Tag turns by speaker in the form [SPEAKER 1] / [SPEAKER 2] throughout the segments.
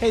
[SPEAKER 1] Hey,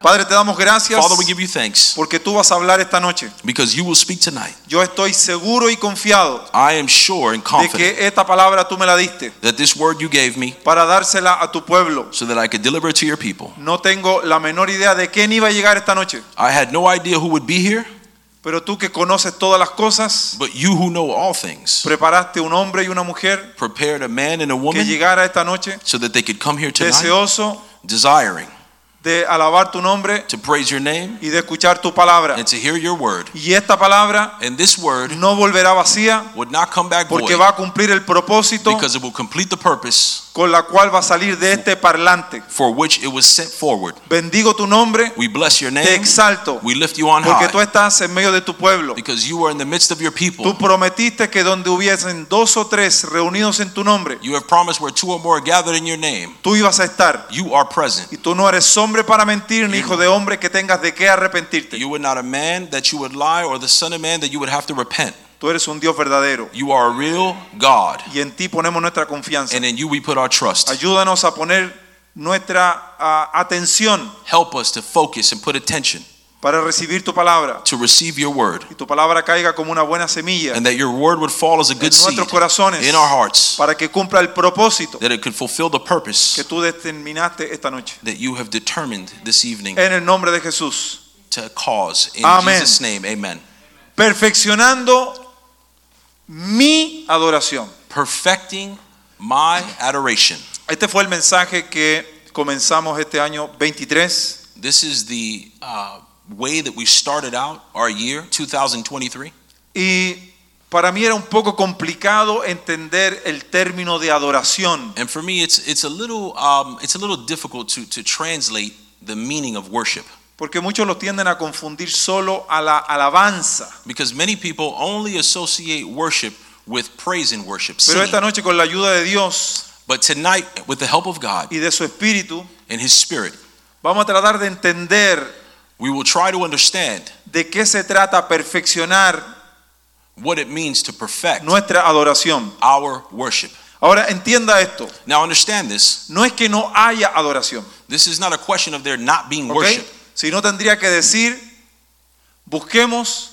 [SPEAKER 2] Padre, te damos gracias
[SPEAKER 3] Father, we give you thanks
[SPEAKER 2] porque tú vas a hablar esta noche.
[SPEAKER 3] because you will speak tonight.
[SPEAKER 2] Yo estoy seguro y confiado
[SPEAKER 3] I am sure and
[SPEAKER 2] de
[SPEAKER 3] confident
[SPEAKER 2] que esta palabra tú me la diste
[SPEAKER 3] that this word you gave me
[SPEAKER 2] para dársela a tu pueblo.
[SPEAKER 3] so that I could deliver it to your people.
[SPEAKER 2] No tengo la menor idea de quién iba a llegar esta noche,
[SPEAKER 3] I had no idea who would be here,
[SPEAKER 2] pero tú que conoces todas las cosas,
[SPEAKER 3] but you who know all things
[SPEAKER 2] preparaste un hombre y una mujer
[SPEAKER 3] prepared a man and a
[SPEAKER 2] que
[SPEAKER 3] woman
[SPEAKER 2] llegara esta noche
[SPEAKER 3] so that they could come here tonight
[SPEAKER 2] deseoso
[SPEAKER 3] desiring
[SPEAKER 2] de alabar tu nombre
[SPEAKER 3] to praise your name
[SPEAKER 2] y de escuchar tu palabra.
[SPEAKER 3] and to hear your word.
[SPEAKER 2] Y esta palabra
[SPEAKER 3] And this word
[SPEAKER 2] no volverá vacía
[SPEAKER 3] would not come back
[SPEAKER 2] porque
[SPEAKER 3] void
[SPEAKER 2] va a cumplir el propósito
[SPEAKER 3] because it will complete the purpose
[SPEAKER 2] con la cual va a salir de este parlante.
[SPEAKER 3] for which it was sent forward.
[SPEAKER 2] Bendigo tu nombre,
[SPEAKER 3] We bless your
[SPEAKER 2] te
[SPEAKER 3] name.
[SPEAKER 2] exalto.
[SPEAKER 3] We lift you on
[SPEAKER 2] Porque tú
[SPEAKER 3] high
[SPEAKER 2] estás en medio de tu pueblo.
[SPEAKER 3] because you are in the midst of your people.
[SPEAKER 2] Tú prometiste que donde hubiesen dos o tres reunidos en tu nombre,
[SPEAKER 3] You have promised where two or more are gathered in your name.
[SPEAKER 2] tú ibas a estar.
[SPEAKER 3] You are present.
[SPEAKER 2] Y tú no eres hombre para mentir, ni hijo de hombre que tengas de qué arrepentirte.
[SPEAKER 3] You were not a man that you would lie, or the son of man that you would have to repent.
[SPEAKER 2] Tú eres un Dios verdadero.
[SPEAKER 3] You are a real God,
[SPEAKER 2] Y en ti ponemos nuestra confianza.
[SPEAKER 3] and in you we put our trust.
[SPEAKER 2] Ayúdanos a poner nuestra ah, atención
[SPEAKER 3] Help us to focus and put attention
[SPEAKER 2] para recibir tu palabra.
[SPEAKER 3] to receive your word,
[SPEAKER 2] Y tu palabra caiga como una buena semilla
[SPEAKER 3] and that your word would fall as a
[SPEAKER 2] en
[SPEAKER 3] good seed
[SPEAKER 2] nuestros corazones
[SPEAKER 3] in our hearts,
[SPEAKER 2] para que cumpla el propósito
[SPEAKER 3] that it could fulfill the purpose
[SPEAKER 2] que tú determinaste esta noche.
[SPEAKER 3] that you have determined this evening
[SPEAKER 2] En el nombre de Jesús.
[SPEAKER 3] to cause. In
[SPEAKER 2] Amen.
[SPEAKER 3] Jesus' name, amen.
[SPEAKER 2] perfeccionando mi adoración.
[SPEAKER 3] Perfecting my adoration.
[SPEAKER 2] Este fue el mensaje que comenzamos este año 23.
[SPEAKER 3] This is the uh, way that we started out our year, 2023.
[SPEAKER 2] Y para mí era un poco complicado entender el término de adoración.
[SPEAKER 3] And for me, it's it's a little um, it's a little difficult to to translate the meaning of worship
[SPEAKER 2] Porque muchos lo tienden a confundir solo a la alabanza.
[SPEAKER 3] because many people only associate worship with praise and worship.
[SPEAKER 2] Pero
[SPEAKER 3] singing.
[SPEAKER 2] esta noche con la ayuda de Dios
[SPEAKER 3] But tonight, with the help of God
[SPEAKER 2] y de su Espíritu,
[SPEAKER 3] and His Spirit,
[SPEAKER 2] vamos a tratar de entender
[SPEAKER 3] we will try to understand
[SPEAKER 2] de qué se trata perfeccionar
[SPEAKER 3] what it means to perfect
[SPEAKER 2] nuestra adoración.
[SPEAKER 3] our worship.
[SPEAKER 2] Ahora entienda esto,
[SPEAKER 3] Now, understand this.
[SPEAKER 2] no es que no haya adoración.
[SPEAKER 3] This is not a question of there not being
[SPEAKER 2] ¿Ok?
[SPEAKER 3] worship.
[SPEAKER 2] Si no tendría que decir, busquemos,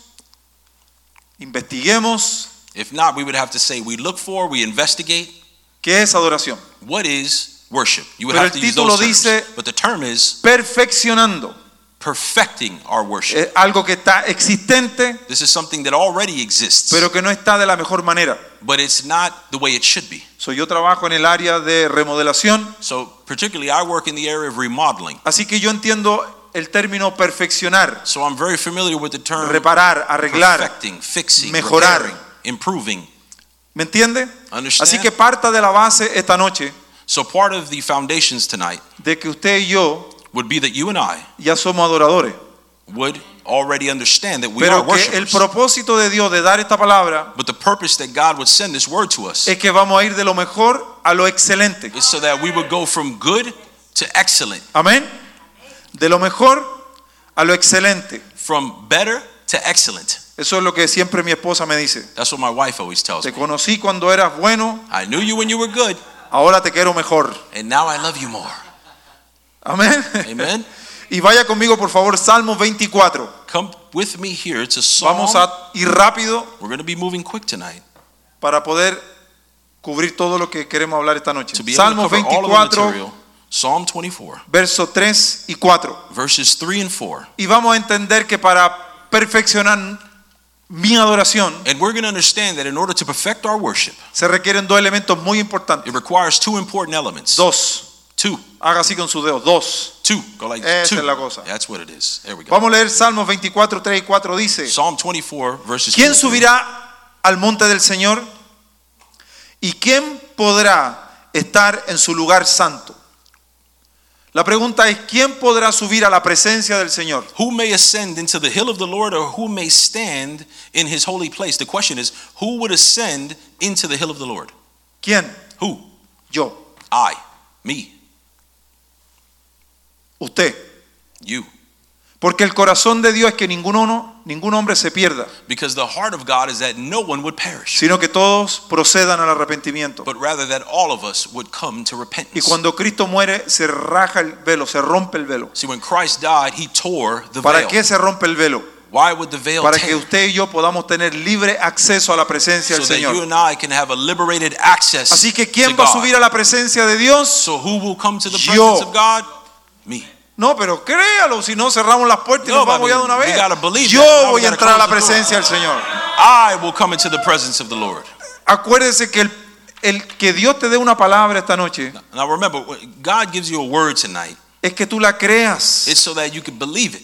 [SPEAKER 2] investiguemos
[SPEAKER 3] If not, we would have to say we look for, we investigate.
[SPEAKER 2] qué es adoración.
[SPEAKER 3] What is worship? You would
[SPEAKER 2] Pero
[SPEAKER 3] have
[SPEAKER 2] el
[SPEAKER 3] to use
[SPEAKER 2] título
[SPEAKER 3] those terms.
[SPEAKER 2] dice-
[SPEAKER 3] but the term is
[SPEAKER 2] Perfeccionando.
[SPEAKER 3] perfecting our worship.
[SPEAKER 2] Es algo que está existente,
[SPEAKER 3] This is something that already exists,
[SPEAKER 2] pero que no está de la mejor manera.
[SPEAKER 3] but it's not the way it should be.
[SPEAKER 2] So, yo trabajo en el área de remodelación,
[SPEAKER 3] So, particularly, I work in the area of remodeling.
[SPEAKER 2] así que yo entiendo el término perfeccionar,
[SPEAKER 3] So, I'm very familiar with the term
[SPEAKER 2] reparar, arreglar.
[SPEAKER 3] perfecting, fixing,
[SPEAKER 2] mejorar.
[SPEAKER 3] repairing, improving.
[SPEAKER 2] ¿Me entiende? Así
[SPEAKER 3] Understand?
[SPEAKER 2] que parta de la base esta noche
[SPEAKER 3] so, part of the foundations tonight
[SPEAKER 2] de que usted y yo
[SPEAKER 3] would be that you and I
[SPEAKER 2] ya somos adoradores,
[SPEAKER 3] would already understand that we are
[SPEAKER 2] pero que el
[SPEAKER 3] worshipers.
[SPEAKER 2] propósito de Dios de dar esta palabra
[SPEAKER 3] but the purpose that God would send this word to us
[SPEAKER 2] es que vamos a ir de lo mejor a lo excelente.
[SPEAKER 3] is so that we would go from good to excellent,
[SPEAKER 2] Amén. De lo mejor a lo excelente.
[SPEAKER 3] from better to excellent.
[SPEAKER 2] Eso es lo que siempre mi esposa me dice.
[SPEAKER 3] That's what my wife always tells
[SPEAKER 2] Te
[SPEAKER 3] me.
[SPEAKER 2] conocí cuando eras bueno,
[SPEAKER 3] I knew you when you were good,
[SPEAKER 2] ahora te quiero mejor.
[SPEAKER 3] and now I love you more.
[SPEAKER 2] Amén.
[SPEAKER 3] Amen.
[SPEAKER 2] Y vaya conmigo, por favor, Salmo 24.
[SPEAKER 3] Come with me here. It's a psalm.
[SPEAKER 2] Vamos a ir rápido
[SPEAKER 3] We're going to be moving quick tonight.
[SPEAKER 2] para poder cubrir todo lo que queremos hablar esta noche.
[SPEAKER 3] To be
[SPEAKER 2] Salmo
[SPEAKER 3] able to cover all of the
[SPEAKER 2] 24,
[SPEAKER 3] material. Psalm 24,
[SPEAKER 2] verso 3 y 4.
[SPEAKER 3] verses 3 and 4.
[SPEAKER 2] Y vamos a entender que para perfeccionar mi adoración
[SPEAKER 3] And we're going to understand that in order to perfect our worship,
[SPEAKER 2] se requieren dos elementos muy importantes.
[SPEAKER 3] it requires two important elements.
[SPEAKER 2] Dos.
[SPEAKER 3] Two.
[SPEAKER 2] Haga así con sus dedos. Dos.
[SPEAKER 3] Two. Go like
[SPEAKER 2] Esa
[SPEAKER 3] two.
[SPEAKER 2] es la cosa.
[SPEAKER 3] That's what it is. There we go.
[SPEAKER 2] Vamos a leer Salmos 24, 3 y 4. Dice,
[SPEAKER 3] Psalm 24, verses
[SPEAKER 2] ¿quién
[SPEAKER 3] 2.
[SPEAKER 2] subirá al monte del Señor? ¿Y quién podrá estar en su lugar santo? La pregunta es, ¿quién podrá subir a la presencia del Señor?
[SPEAKER 3] Who may ascend into the hill of the Lord or who may stand in his holy place? The question is, who would ascend into the hill of the Lord?
[SPEAKER 2] ¿Quién?
[SPEAKER 3] Who?
[SPEAKER 2] Yo,
[SPEAKER 3] I, me,
[SPEAKER 2] usted.
[SPEAKER 3] you.
[SPEAKER 2] Porque el corazón de Dios es que ninguno, no- ningún hombre se pierda,
[SPEAKER 3] Because the heart of God is that no one would perish,
[SPEAKER 2] sino que todos procedan al arrepentimiento.
[SPEAKER 3] but rather that all of us would come to
[SPEAKER 2] Y
[SPEAKER 3] repentance.
[SPEAKER 2] cuando Cristo muere, se raja el velo, se rompe el velo.
[SPEAKER 3] See, when Christ died, he tore the
[SPEAKER 2] ¿Para
[SPEAKER 3] veil.
[SPEAKER 2] qué se rompe el velo?
[SPEAKER 3] Why would the veil
[SPEAKER 2] Para que
[SPEAKER 3] tear?
[SPEAKER 2] usted y yo podamos tener libre acceso a la presencia
[SPEAKER 3] So
[SPEAKER 2] del
[SPEAKER 3] that you
[SPEAKER 2] Señor.
[SPEAKER 3] and I can have a liberated access
[SPEAKER 2] Así que
[SPEAKER 3] to
[SPEAKER 2] ¿quién va a
[SPEAKER 3] God.
[SPEAKER 2] subir a la presencia de Dios?
[SPEAKER 3] So who will come to the
[SPEAKER 2] Yo.
[SPEAKER 3] presence of God? Me.
[SPEAKER 2] No, pero créalo, si no cerramos las puertas y
[SPEAKER 3] No,
[SPEAKER 2] nos vamos
[SPEAKER 3] but
[SPEAKER 2] ya
[SPEAKER 3] I
[SPEAKER 2] de
[SPEAKER 3] mean,
[SPEAKER 2] una
[SPEAKER 3] we
[SPEAKER 2] vez.
[SPEAKER 3] gotta believe that.
[SPEAKER 2] Yo
[SPEAKER 3] Now we
[SPEAKER 2] voy a
[SPEAKER 3] gotta
[SPEAKER 2] entrar a la
[SPEAKER 3] close the door.
[SPEAKER 2] presencia del Señor.
[SPEAKER 3] I will come into the presence of the Lord.
[SPEAKER 2] Acuérdese que el, el que Dios te dé una palabra esta noche
[SPEAKER 3] Now remember, when God gives you a word tonight.
[SPEAKER 2] es que tú la creas.
[SPEAKER 3] It's so that you can believe it.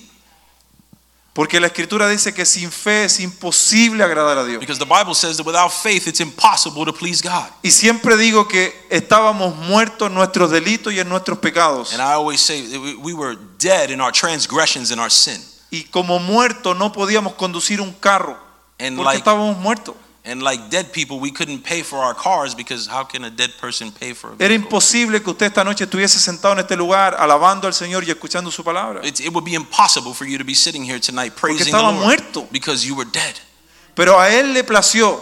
[SPEAKER 2] Porque la Escritura dice que sin fe es imposible agradar a Dios.
[SPEAKER 3] Because the Bible says that without faith, it's impossible to please God.
[SPEAKER 2] Y siempre digo que estábamos muertos en nuestros delitos y en nuestros pecados.
[SPEAKER 3] And I always say that we- we were dead in our transgressions and our sin.
[SPEAKER 2] Y como muertos no podíamos conducir un carro
[SPEAKER 3] And
[SPEAKER 2] porque
[SPEAKER 3] like,
[SPEAKER 2] estábamos muertos.
[SPEAKER 3] and like dead people, we couldn't pay for our cars because how can a dead person pay for a
[SPEAKER 2] Era
[SPEAKER 3] vehicle?
[SPEAKER 2] imposible que usted esta noche estuviese sentado en este lugar alabando al Señor y escuchando su palabra.
[SPEAKER 3] It, it would be impossible for you to be sitting here tonight praising the
[SPEAKER 2] estaba
[SPEAKER 3] Lord
[SPEAKER 2] muerto.
[SPEAKER 3] because you were dead.
[SPEAKER 2] Pero a Él le plació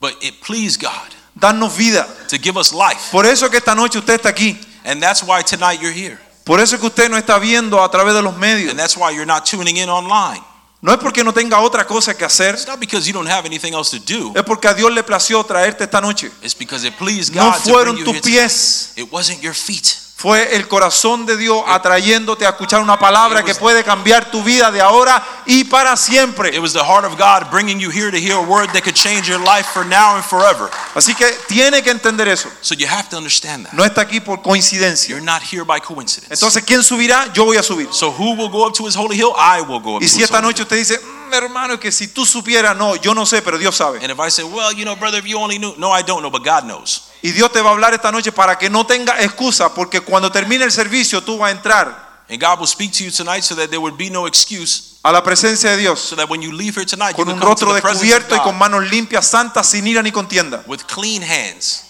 [SPEAKER 3] But it pleased God
[SPEAKER 2] darnos vida.
[SPEAKER 3] to give us life.
[SPEAKER 2] Por eso que esta noche usted está aquí.
[SPEAKER 3] And that's why tonight you're here.
[SPEAKER 2] Por eso que usted no está viendo a través de los medios.
[SPEAKER 3] And that's why you're not tuning in online.
[SPEAKER 2] No es porque no tenga otra cosa que hacer.
[SPEAKER 3] It's not because you don't have anything else to do.
[SPEAKER 2] Es porque a Dios le plació traerte esta noche.
[SPEAKER 3] It's because it pleased
[SPEAKER 2] No
[SPEAKER 3] God to bring
[SPEAKER 2] fueron
[SPEAKER 3] you
[SPEAKER 2] tus
[SPEAKER 3] here tonight.
[SPEAKER 2] pies.
[SPEAKER 3] It wasn't your feet.
[SPEAKER 2] Fue el corazón de Dios atrayéndote a escuchar una palabra que puede cambiar tu vida de ahora y para
[SPEAKER 3] It
[SPEAKER 2] siempre.
[SPEAKER 3] was the heart of God bringing you here to hear a word that could change your life for now and forever.
[SPEAKER 2] Así que tiene que entender eso.
[SPEAKER 3] So you have to understand that.
[SPEAKER 2] No está aquí por coincidencia.
[SPEAKER 3] You're not here by coincidence.
[SPEAKER 2] Entonces, ¿quién subirá? Yo voy a subir.
[SPEAKER 3] so who will go up to his holy hill? I will go up
[SPEAKER 2] Y
[SPEAKER 3] to
[SPEAKER 2] si
[SPEAKER 3] his
[SPEAKER 2] esta
[SPEAKER 3] holy
[SPEAKER 2] noche usted dice, "Mm, hermano, que si tú supieras, no, yo no sé, pero Dios
[SPEAKER 3] hill.
[SPEAKER 2] sabe.
[SPEAKER 3] And if I say, well, you know, brother, if you only knew. No, I don't know, but God knows.
[SPEAKER 2] Y Dios te va a hablar esta noche para que no tenga excusa, porque cuando termine el servicio tú vas a entrar
[SPEAKER 3] And God will speak to you tonight so that there would be no excuse.
[SPEAKER 2] a la presencia de Dios
[SPEAKER 3] So that when you leave here tonight,
[SPEAKER 2] con
[SPEAKER 3] you
[SPEAKER 2] un
[SPEAKER 3] can come to
[SPEAKER 2] rostro
[SPEAKER 3] the presence of
[SPEAKER 2] descubierto y
[SPEAKER 3] God
[SPEAKER 2] con manos limpias, santas, sin ira ni contienda.
[SPEAKER 3] with clean hands.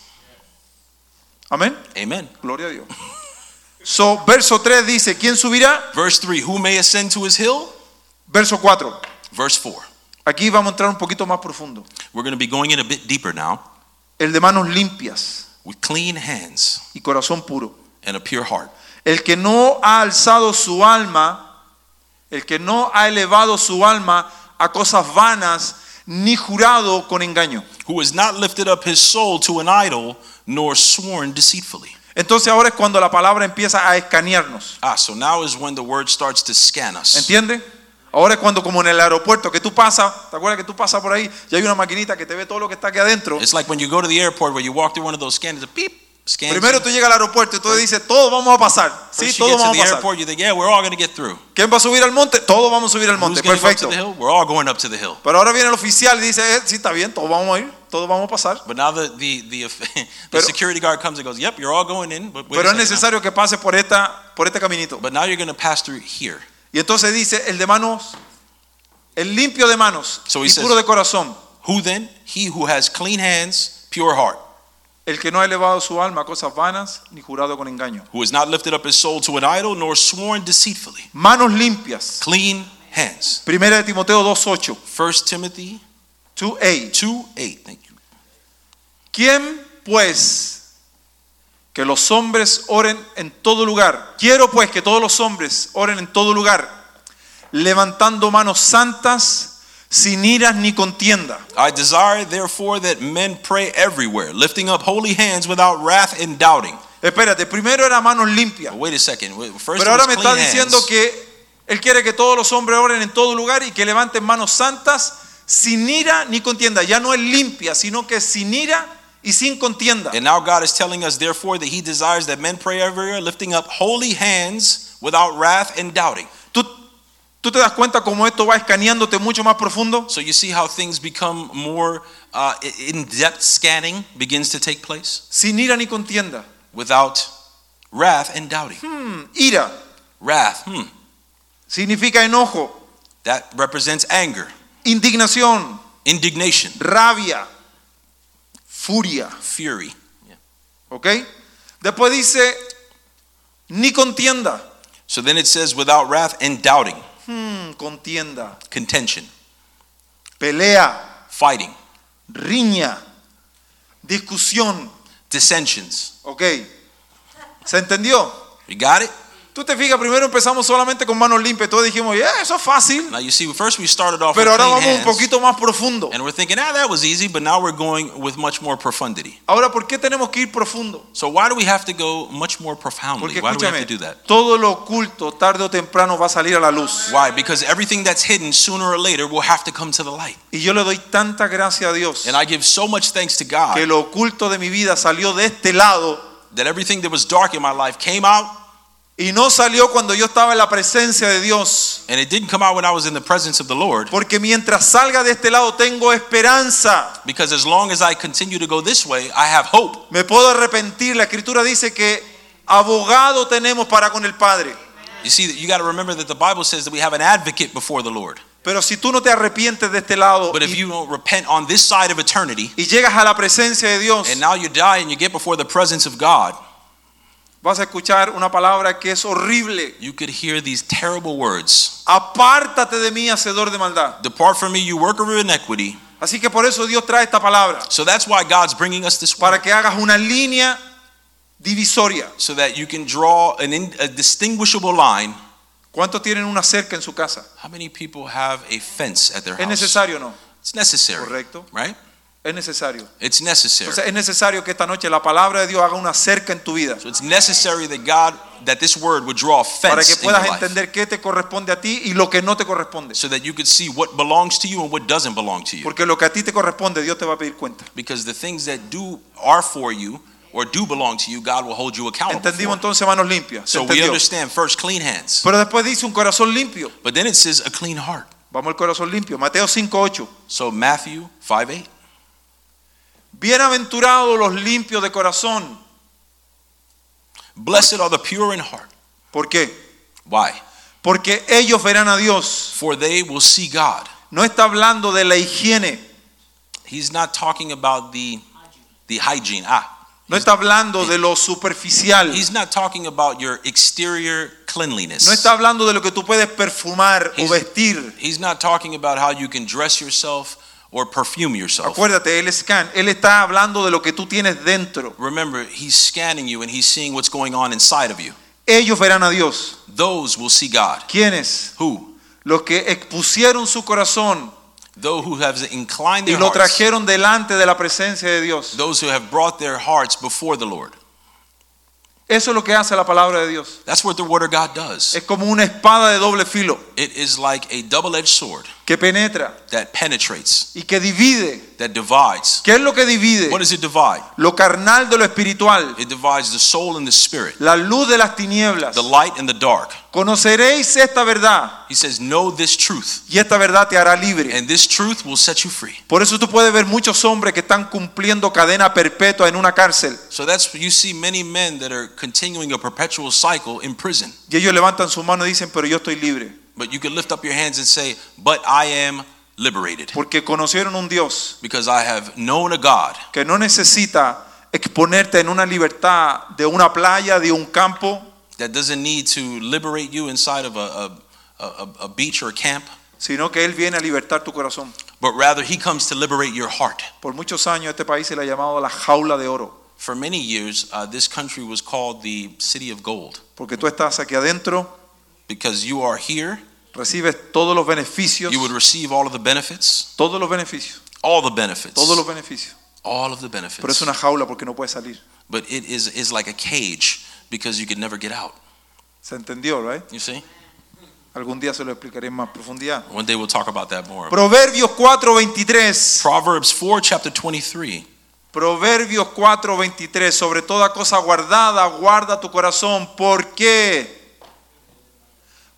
[SPEAKER 2] Amén.
[SPEAKER 3] Amen.
[SPEAKER 2] Gloria a Dios. So, verso 3 dice, ¿quién subirá?
[SPEAKER 3] Verse 3 Who may ascend to his hill?
[SPEAKER 2] Verso 4.
[SPEAKER 3] Verse 4.
[SPEAKER 2] Aquí vamos a entrar un poquito más profundo.
[SPEAKER 3] We're going to be going in a bit deeper now
[SPEAKER 2] El de manos limpias
[SPEAKER 3] with clean hands
[SPEAKER 2] y corazón puro.
[SPEAKER 3] and a pure heart.
[SPEAKER 2] El que no ha alzado su alma, el que no ha elevado su alma a cosas vanas, ni jurado con engaño.
[SPEAKER 3] who has not lifted up his soul to an idol nor sworn deceitfully.
[SPEAKER 2] Entonces ahora es cuando la palabra empieza a escanearnos.
[SPEAKER 3] Ah, so now is when the word starts to scan us.
[SPEAKER 2] ¿Entiendes? Ahora es cuando como en el aeropuerto que tú pasas, ¿te acuerdas que tú pasas por ahí y hay una maquinita que te ve todo lo que está aquí adentro?
[SPEAKER 3] It's like when you go to the airport where you walk through one of those scanners, a beep, scans.
[SPEAKER 2] Primero
[SPEAKER 3] you.
[SPEAKER 2] tú llegas al aeropuerto y tú dices, todos vamos a pasar. Sí,
[SPEAKER 3] First you
[SPEAKER 2] todos vamos
[SPEAKER 3] get to
[SPEAKER 2] a
[SPEAKER 3] the
[SPEAKER 2] pasar.
[SPEAKER 3] airport, you think, yeah, we're all going to get through.
[SPEAKER 2] ¿Quién va a subir al monte? Todos vamos a subir al monte.
[SPEAKER 3] Who's going to go up to
[SPEAKER 2] Perfecto.
[SPEAKER 3] the hill? We're all going up to the hill.
[SPEAKER 2] Pero ahora viene el oficial y dice, eh, sí, está bien, todos vamos a ir, todos vamos a pasar.
[SPEAKER 3] But now the the the, the
[SPEAKER 2] Pero-
[SPEAKER 3] security guard comes and goes, yep, you're all going in. But, wait
[SPEAKER 2] Pero
[SPEAKER 3] a
[SPEAKER 2] es
[SPEAKER 3] second now.
[SPEAKER 2] necesario que pase por, esta, por este caminito.
[SPEAKER 3] but now you're going to pass through here.
[SPEAKER 2] Y entonces dice, el de manos, el limpio de manos
[SPEAKER 3] So he
[SPEAKER 2] y
[SPEAKER 3] says-
[SPEAKER 2] puro de corazón,
[SPEAKER 3] Who then? He who has clean hands, pure heart,
[SPEAKER 2] el que no ha elevado su alma a cosas vanas ni jurado con engaño.
[SPEAKER 3] who has not lifted up his soul to an idol nor sworn deceitfully.
[SPEAKER 2] Manos limpias.
[SPEAKER 3] Clean hands.
[SPEAKER 2] Primera de Timoteo 2.8.
[SPEAKER 3] 1 Timothy
[SPEAKER 2] 2.8.
[SPEAKER 3] 2 8. Thank you.
[SPEAKER 2] ¿Quién pues que los hombres oren en todo lugar? Quiero pues que todos los hombres oren en todo lugar, levantando manos santas, sin iras ni contienda.
[SPEAKER 3] I desire, therefore, that men pray everywhere, lifting up holy hands without wrath and doubting.
[SPEAKER 2] Espérate, primero era manos limpias.
[SPEAKER 3] But wait a second. Wait,
[SPEAKER 2] Pero
[SPEAKER 3] First, it was
[SPEAKER 2] ahora me está
[SPEAKER 3] clean
[SPEAKER 2] diciendo
[SPEAKER 3] hands.
[SPEAKER 2] que él quiere que todos los hombres oren en todo lugar y que levanten manos santas sin ira ni contienda. Ya no es limpia, sino que es sin ira y sin contienda.
[SPEAKER 3] And now God is telling us, therefore, that He desires that men pray everywhere, lifting up holy hands without wrath and doubting.
[SPEAKER 2] ¿Tú, tú te das cuenta cómo esto va escaneándote mucho más profundo?
[SPEAKER 3] So you see how things become more uh, in depth scanning begins to take place
[SPEAKER 2] Sin ira ni contienda.
[SPEAKER 3] without wrath and doubting.
[SPEAKER 2] Ira
[SPEAKER 3] Wrath, hmm,
[SPEAKER 2] significa enojo,
[SPEAKER 3] that represents anger,
[SPEAKER 2] indignación,
[SPEAKER 3] indignation,
[SPEAKER 2] rabia, furia.
[SPEAKER 3] fury.
[SPEAKER 2] ¿Ok? Después dice, ni contienda.
[SPEAKER 3] So then it says without wrath and doubting,
[SPEAKER 2] Hmm, contienda,
[SPEAKER 3] contention,
[SPEAKER 2] pelea,
[SPEAKER 3] fighting,
[SPEAKER 2] riña, discusión.
[SPEAKER 3] dissensions.
[SPEAKER 2] ¿Ok? ¿Se entendió?
[SPEAKER 3] You got it?
[SPEAKER 2] Tú te fijas, primero empezamos solamente con manos limpias. Todos dijimos, yeah, eso es fácil.
[SPEAKER 3] Now you see, first we started off
[SPEAKER 2] Pero
[SPEAKER 3] with
[SPEAKER 2] ahora
[SPEAKER 3] clean
[SPEAKER 2] vamos un
[SPEAKER 3] hands,
[SPEAKER 2] poquito más profundo.
[SPEAKER 3] and we're thinking, ah, that was easy, but now we're going with much more profundity.
[SPEAKER 2] Ahora, ¿por qué tenemos que ir profundo?
[SPEAKER 3] So why do we have to go much more profoundly?
[SPEAKER 2] Porque
[SPEAKER 3] why do we have to
[SPEAKER 2] escúchame,
[SPEAKER 3] do that?
[SPEAKER 2] todo lo oculto tarde o temprano va a salir a la luz.
[SPEAKER 3] Why? Because everything that's hidden sooner or later will have to come to the light.
[SPEAKER 2] Y yo le doy tanta gracia a Dios
[SPEAKER 3] And I give so much thanks to God
[SPEAKER 2] que lo oculto de mi vida salió de este lado
[SPEAKER 3] that everything that was dark in my life came out,
[SPEAKER 2] y no salió cuando yo estaba en la presencia de Dios.
[SPEAKER 3] and it didn't come out when I was in the presence of the Lord.
[SPEAKER 2] Porque mientras salga de este lado tengo esperanza.
[SPEAKER 3] Because as long as I continue to go this way, I have hope.
[SPEAKER 2] Me puedo arrepentir. La escritura dice que abogado tenemos para con el Padre.
[SPEAKER 3] You see, you got to remember that the Bible says that we have an advocate before the Lord.
[SPEAKER 2] Pero si tú no te arrepientes de este lado
[SPEAKER 3] But if
[SPEAKER 2] y,
[SPEAKER 3] you don't repent on this side of eternity,
[SPEAKER 2] y llegas a la presencia de Dios,
[SPEAKER 3] and now you die and you get before the presence of God,
[SPEAKER 2] vas a escuchar una palabra que es horrible.
[SPEAKER 3] you could hear these terrible words
[SPEAKER 2] Apártate de mí, hacedor de maldad.
[SPEAKER 3] Depart from me, you worker of iniquity.
[SPEAKER 2] Así que por eso Dios trae esta palabra.
[SPEAKER 3] So that's why God's bringing us this
[SPEAKER 2] para
[SPEAKER 3] word,
[SPEAKER 2] que hagas una línea divisoria.
[SPEAKER 3] so that you can draw an in, a distinguishable line.
[SPEAKER 2] ¿Cuántos tienen una cerca en su casa?
[SPEAKER 3] How many people have a fence at their
[SPEAKER 2] ¿Es
[SPEAKER 3] house?
[SPEAKER 2] necesario o no?
[SPEAKER 3] It's necessary,
[SPEAKER 2] Correcto.
[SPEAKER 3] right?
[SPEAKER 2] Es necesario.
[SPEAKER 3] It's necessary.
[SPEAKER 2] Entonces es necesario que esta noche la palabra de Dios haga una cerca en tu vida
[SPEAKER 3] So it's necessary that God, that this word would draw a
[SPEAKER 2] para que
[SPEAKER 3] fence in your
[SPEAKER 2] puedas
[SPEAKER 3] life,
[SPEAKER 2] entender qué te corresponde a ti y lo que no te corresponde.
[SPEAKER 3] so that you could see what belongs to you and what doesn't belong to you.
[SPEAKER 2] Porque lo que a ti te corresponde, Dios te va a pedir cuenta.
[SPEAKER 3] Because the things that do are for you or do belong to you, God will hold you accountable.
[SPEAKER 2] Entendimos
[SPEAKER 3] For.
[SPEAKER 2] entonces manos limpias. ¿Se
[SPEAKER 3] So we
[SPEAKER 2] entendió?
[SPEAKER 3] understand first clean hands,
[SPEAKER 2] Pero después dice un corazón limpio.
[SPEAKER 3] but then it says a clean heart.
[SPEAKER 2] Vamos al corazón limpio. Mateo 5:8.
[SPEAKER 3] So Matthew five eight.
[SPEAKER 2] Bienaventurados los limpios de corazón.
[SPEAKER 3] Blessed are the pure in heart.
[SPEAKER 2] ¿Por qué?
[SPEAKER 3] Why?
[SPEAKER 2] Porque ellos verán a Dios.
[SPEAKER 3] For they will see God.
[SPEAKER 2] No está hablando de la higiene.
[SPEAKER 3] He's not talking about the the hygiene. Ah,
[SPEAKER 2] No está hablando de lo superficial.
[SPEAKER 3] he's not talking about your exterior cleanliness.
[SPEAKER 2] No está hablando de lo que tú puedes perfumar o
[SPEAKER 3] He's-
[SPEAKER 2] vestir.
[SPEAKER 3] He's not talking about how you can dress yourself or perfume yourself.
[SPEAKER 2] Acuérdate, él scan. Él está hablando de lo que tú tienes dentro.
[SPEAKER 3] Remember, he's scanning you and he's seeing what's going on inside of you.
[SPEAKER 2] Ellos verán a Dios.
[SPEAKER 3] Those will see God.
[SPEAKER 2] ¿Quiénes?
[SPEAKER 3] Who?
[SPEAKER 2] Los que expusieron su corazón
[SPEAKER 3] Those who have inclined
[SPEAKER 2] y
[SPEAKER 3] their
[SPEAKER 2] lo
[SPEAKER 3] hearts.
[SPEAKER 2] trajeron delante de la presencia de Dios.
[SPEAKER 3] Those who have brought their hearts before the Lord.
[SPEAKER 2] Eso es lo que hace la palabra de Dios.
[SPEAKER 3] That's what the Word of God does.
[SPEAKER 2] Es como una espada de doble filo
[SPEAKER 3] It is like a double-edged sword
[SPEAKER 2] que penetra
[SPEAKER 3] that penetrates,
[SPEAKER 2] y que divide.
[SPEAKER 3] that divides.
[SPEAKER 2] ¿Qué es lo que divide?
[SPEAKER 3] What does it divide?
[SPEAKER 2] Lo carnal de lo espiritual.
[SPEAKER 3] It divides the soul and the spirit,
[SPEAKER 2] La luz de las tinieblas.
[SPEAKER 3] the light and the dark.
[SPEAKER 2] Conoceréis esta verdad.
[SPEAKER 3] He says, Know this truth,
[SPEAKER 2] y esta verdad te hará libre.
[SPEAKER 3] and this truth will set you free.
[SPEAKER 2] Por eso tú puedes ver muchos hombres que están cumpliendo cadena perpetua en una cárcel
[SPEAKER 3] So that's you see many men that are continuing a perpetual cycle in prison.
[SPEAKER 2] y ellos levantan su mano y dicen, pero yo estoy libre,
[SPEAKER 3] But you can lift up your hands and say, But I am liberated.
[SPEAKER 2] porque conocieron un Dios
[SPEAKER 3] Because I have known a God
[SPEAKER 2] que no necesita exponerte en una libertad de una playa, de un campo,
[SPEAKER 3] that doesn't need to liberate you inside of a, a, a, a beach or a camp,
[SPEAKER 2] sino que Él viene a libertar tu corazón.
[SPEAKER 3] but rather He comes to liberate your heart.
[SPEAKER 2] Por muchos años este país se le ha llamado la jaula de oro,
[SPEAKER 3] For many years, uh, this country was called the City of Gold
[SPEAKER 2] porque tú estás aquí adentro,
[SPEAKER 3] because you are here,
[SPEAKER 2] recibes todos los beneficios,
[SPEAKER 3] you would receive all of the benefits,
[SPEAKER 2] todos los beneficios,
[SPEAKER 3] all the benefits,
[SPEAKER 2] todos los beneficios.
[SPEAKER 3] all of the benefits.
[SPEAKER 2] Pero es una jaula porque no puedes salir.
[SPEAKER 3] But it is, is like a cage because you could never get out.
[SPEAKER 2] ¿Se entendió, right?
[SPEAKER 3] You see?
[SPEAKER 2] Algún día se lo explicaré en más profundidad.
[SPEAKER 3] One day we'll talk about that more.
[SPEAKER 2] Proverbios 4:23.
[SPEAKER 3] Proverbs 4, chapter 23.
[SPEAKER 2] Proverbios 4:23. Sobre toda cosa guardada, guarda tu corazón. ¿Por qué?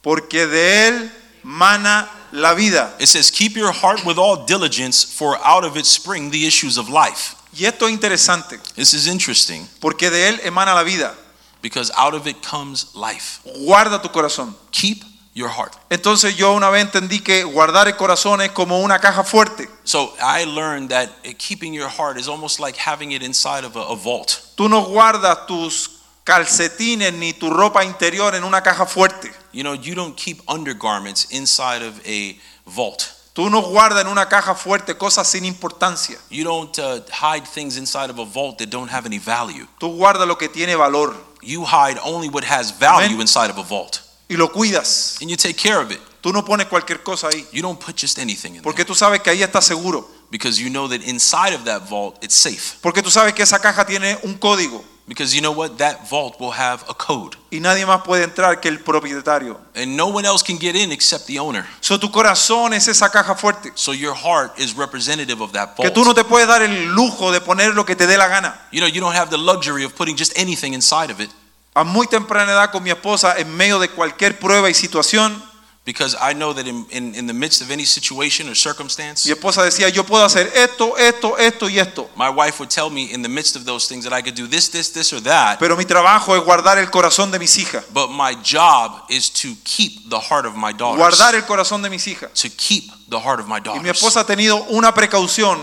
[SPEAKER 2] Porque de él mana la vida.
[SPEAKER 3] It says, Keep your heart with all diligence, for out of it spring the issues of life.
[SPEAKER 2] Y esto es interesante,
[SPEAKER 3] This is interesting
[SPEAKER 2] porque de él emana la vida.
[SPEAKER 3] because out of it comes life.
[SPEAKER 2] Guarda tu corazón.
[SPEAKER 3] Keep your heart.
[SPEAKER 2] Entonces yo una vez entendí que guardar el corazón es como una caja fuerte.
[SPEAKER 3] So I learned that uh, keeping your heart is almost like having it inside of a, a vault.
[SPEAKER 2] Tú no guardas tus calcetines ni tu ropa interior en una caja fuerte.
[SPEAKER 3] You know, you don't keep undergarments inside of a vault.
[SPEAKER 2] Tú no guardas en una caja fuerte cosas sin importancia.
[SPEAKER 3] You don't uh, hide things inside of a vault that don't have any value.
[SPEAKER 2] Tú guardas lo que tiene valor
[SPEAKER 3] You hide only what has value
[SPEAKER 2] Amen.
[SPEAKER 3] inside of a vault,
[SPEAKER 2] y lo cuidas.
[SPEAKER 3] and you take care of it.
[SPEAKER 2] Tú no pones cualquier cosa ahí
[SPEAKER 3] You don't put just anything in
[SPEAKER 2] porque tú sabes que ahí está seguro.
[SPEAKER 3] there because you know that inside of that vault it's safe.
[SPEAKER 2] Porque tú sabes que esa caja tiene un código
[SPEAKER 3] Because you know what, that vault will have a code,
[SPEAKER 2] y nadie más puede entrar que el propietario.
[SPEAKER 3] and no one else can get in except the owner.
[SPEAKER 2] So, tu corazón es esa caja fuerte.
[SPEAKER 3] So your heart is representative of that
[SPEAKER 2] Que
[SPEAKER 3] vault.
[SPEAKER 2] tú no te puedes dar el lujo de poner lo que te dé la gana.
[SPEAKER 3] You know, you don't have the luxury of putting just anything inside of it
[SPEAKER 2] A muy temprana edad con mi esposa, en medio de cualquier prueba y situación,
[SPEAKER 3] because I know that in, in, in the midst of any situation or circumstance,
[SPEAKER 2] mi esposa decía, yo puedo hacer esto, esto, esto y esto.
[SPEAKER 3] my wife would tell me in the midst of those things that I could do this, this, this, or that.
[SPEAKER 2] Pero mi trabajo es guardar el corazón de mis hijas.
[SPEAKER 3] But my job is to keep the heart of my daughters.
[SPEAKER 2] Guardar el corazón de mis hijas.
[SPEAKER 3] to keep the heart of my
[SPEAKER 2] Y
[SPEAKER 3] daughters.
[SPEAKER 2] mi esposa ha tenido una precaución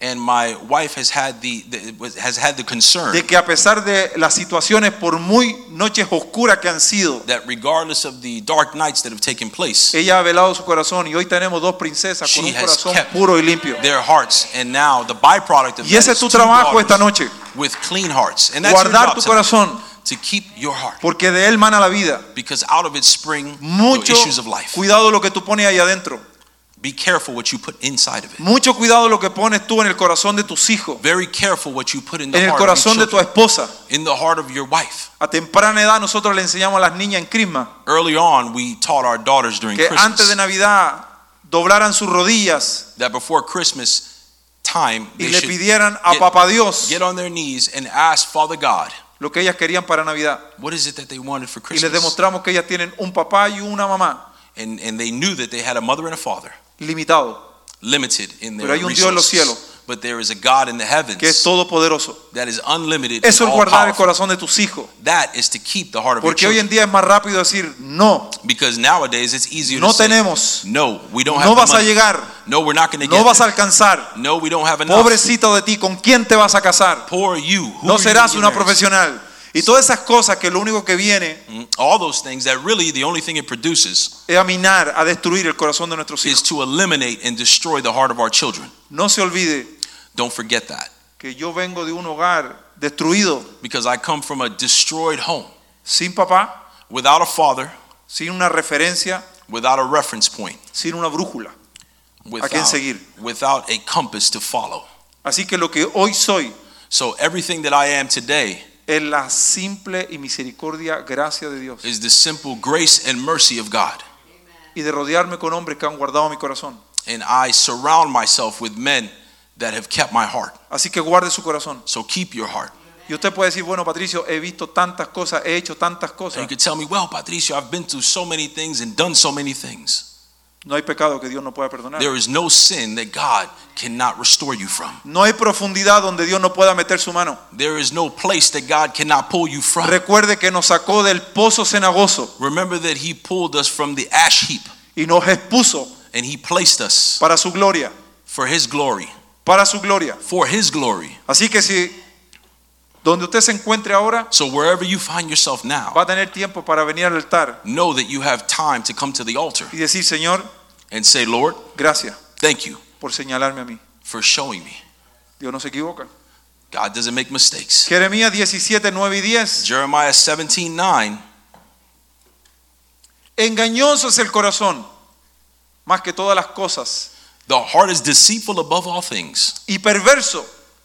[SPEAKER 3] and my wife has had the, the was- has had the concern
[SPEAKER 2] de que a pesar de las situaciones, por muy noches oscuras que han sido,
[SPEAKER 3] that regardless of the dark nights that have taken place,
[SPEAKER 2] ella ha velado su corazón y hoy tenemos dos princesas con
[SPEAKER 3] She
[SPEAKER 2] un
[SPEAKER 3] has
[SPEAKER 2] corazón
[SPEAKER 3] kept-
[SPEAKER 2] puro y limpio.
[SPEAKER 3] their hearts and now the byproduct of
[SPEAKER 2] Y
[SPEAKER 3] that
[SPEAKER 2] ese es
[SPEAKER 3] is
[SPEAKER 2] tu
[SPEAKER 3] two
[SPEAKER 2] trabajo esta
[SPEAKER 3] daughters
[SPEAKER 2] noche,
[SPEAKER 3] with clean hearts. And that's your
[SPEAKER 2] guardar
[SPEAKER 3] job
[SPEAKER 2] tu
[SPEAKER 3] tonight,
[SPEAKER 2] corazón,
[SPEAKER 3] to keep your heart
[SPEAKER 2] porque de él mana la vida.
[SPEAKER 3] because out of it spring the
[SPEAKER 2] Mucho
[SPEAKER 3] issues of life.
[SPEAKER 2] cuidado lo que tú pones ahí adentro.
[SPEAKER 3] Be careful what you put inside of it.
[SPEAKER 2] Mucho cuidado lo que pones tú en el corazón de tus hijos,
[SPEAKER 3] Very careful what you put in the
[SPEAKER 2] en el
[SPEAKER 3] heart of your
[SPEAKER 2] corazón de tu
[SPEAKER 3] children,
[SPEAKER 2] esposa.
[SPEAKER 3] in the heart of your wife.
[SPEAKER 2] A temprana edad nosotros le enseñamos a las niñas en Crisma
[SPEAKER 3] Early on, we taught our daughters during
[SPEAKER 2] que
[SPEAKER 3] Christmas
[SPEAKER 2] antes de Navidad doblaran sus rodillas
[SPEAKER 3] that before Christmas time
[SPEAKER 2] y
[SPEAKER 3] they
[SPEAKER 2] le
[SPEAKER 3] should
[SPEAKER 2] pidieran a
[SPEAKER 3] get-
[SPEAKER 2] papá Dios
[SPEAKER 3] get on their knees and ask Father God,
[SPEAKER 2] lo que ellas querían para Navidad.
[SPEAKER 3] what is it that they wanted for
[SPEAKER 2] Y les
[SPEAKER 3] Christmas?
[SPEAKER 2] demostramos que ellas tienen un papá y una mamá
[SPEAKER 3] And, and they knew that they had a mother and a father,
[SPEAKER 2] limitado,
[SPEAKER 3] limited in their
[SPEAKER 2] Pero hay un Dios en los
[SPEAKER 3] resources. But there is a God in the heavens
[SPEAKER 2] que es todopoderoso.
[SPEAKER 3] that is unlimited.
[SPEAKER 2] Eso
[SPEAKER 3] and
[SPEAKER 2] es guardar el
[SPEAKER 3] all-powerful.
[SPEAKER 2] corazón de tus hijos.
[SPEAKER 3] That is to keep the heart of your
[SPEAKER 2] Porque hoy en
[SPEAKER 3] children.
[SPEAKER 2] día es más rápido decir no,
[SPEAKER 3] Because nowadays it's easier
[SPEAKER 2] no
[SPEAKER 3] to say,
[SPEAKER 2] tenemos,
[SPEAKER 3] no, we don't
[SPEAKER 2] no
[SPEAKER 3] have the
[SPEAKER 2] vas a
[SPEAKER 3] money.
[SPEAKER 2] llegar,
[SPEAKER 3] No, we're not going to
[SPEAKER 2] no
[SPEAKER 3] get
[SPEAKER 2] vas a
[SPEAKER 3] there.
[SPEAKER 2] alcanzar.
[SPEAKER 3] No, we don't have enough.
[SPEAKER 2] Pobrecito de ti, ¿con quién te vas a casar?
[SPEAKER 3] Poor you. Who
[SPEAKER 2] No
[SPEAKER 3] are you
[SPEAKER 2] serás
[SPEAKER 3] gonna
[SPEAKER 2] una
[SPEAKER 3] marry?
[SPEAKER 2] profesional. Y todas esas cosas que lo único que viene
[SPEAKER 3] Mm, All those things that really the only thing it produces
[SPEAKER 2] es a minar, a destruir el corazón de nuestros
[SPEAKER 3] is
[SPEAKER 2] hijos.
[SPEAKER 3] to eliminate and destroy the heart of our children.
[SPEAKER 2] No se olvide
[SPEAKER 3] Don't forget that.
[SPEAKER 2] que yo vengo de un hogar destruido,
[SPEAKER 3] because I come from a destroyed home
[SPEAKER 2] sin papá,
[SPEAKER 3] without a father,
[SPEAKER 2] sin una referencia,
[SPEAKER 3] without a reference point,
[SPEAKER 2] sin una brújula. ¿A quién
[SPEAKER 3] without,
[SPEAKER 2] seguir?
[SPEAKER 3] without a compass to follow.
[SPEAKER 2] Así que lo que hoy soy
[SPEAKER 3] So everything that I am today
[SPEAKER 2] es la simple y misericordia gracia de Dios
[SPEAKER 3] is the simple grace and mercy of God.
[SPEAKER 2] y de rodearme con hombres que han guardado mi corazón.
[SPEAKER 3] And I surround myself with men that have kept my heart.
[SPEAKER 2] Así que guarde su corazón.
[SPEAKER 3] So keep your heart.
[SPEAKER 2] Y usted puede decir, bueno, Patricio, he visto tantas cosas, he hecho tantas
[SPEAKER 3] And you
[SPEAKER 2] cosas.
[SPEAKER 3] could tell me, well, Patricio, I've been through so many things and done so many things.
[SPEAKER 2] No hay pecado que Dios no pueda perdonar.
[SPEAKER 3] There is no sin that God cannot restore you from.
[SPEAKER 2] No hay profundidad donde Dios no pueda meter su mano.
[SPEAKER 3] There is no place that God cannot pull you from.
[SPEAKER 2] Recuerde que nos sacó del pozo cenagoso
[SPEAKER 3] Remember that He pulled us from the ash heap.
[SPEAKER 2] y nos expuso
[SPEAKER 3] and he placed us
[SPEAKER 2] para su gloria,
[SPEAKER 3] for his glory
[SPEAKER 2] para su gloria.
[SPEAKER 3] for his glory
[SPEAKER 2] Así que si donde usted se encuentre ahora
[SPEAKER 3] so wherever you find yourself now
[SPEAKER 2] va a tener tiempo para venir al altar
[SPEAKER 3] know that you have time to come to the altar
[SPEAKER 2] y decir, Señor,
[SPEAKER 3] and say lord
[SPEAKER 2] gracias
[SPEAKER 3] thank you
[SPEAKER 2] por señalarme a mí.
[SPEAKER 3] for showing me
[SPEAKER 2] Dios no se equivoca.
[SPEAKER 3] god doesn't make mistakes
[SPEAKER 2] Jeremías 17, 9 y 10.
[SPEAKER 3] jeremiah 17 9
[SPEAKER 2] Engañoso es el corazón, más que todas las cosas,
[SPEAKER 3] the heart is deceitful above all things
[SPEAKER 2] y perverso.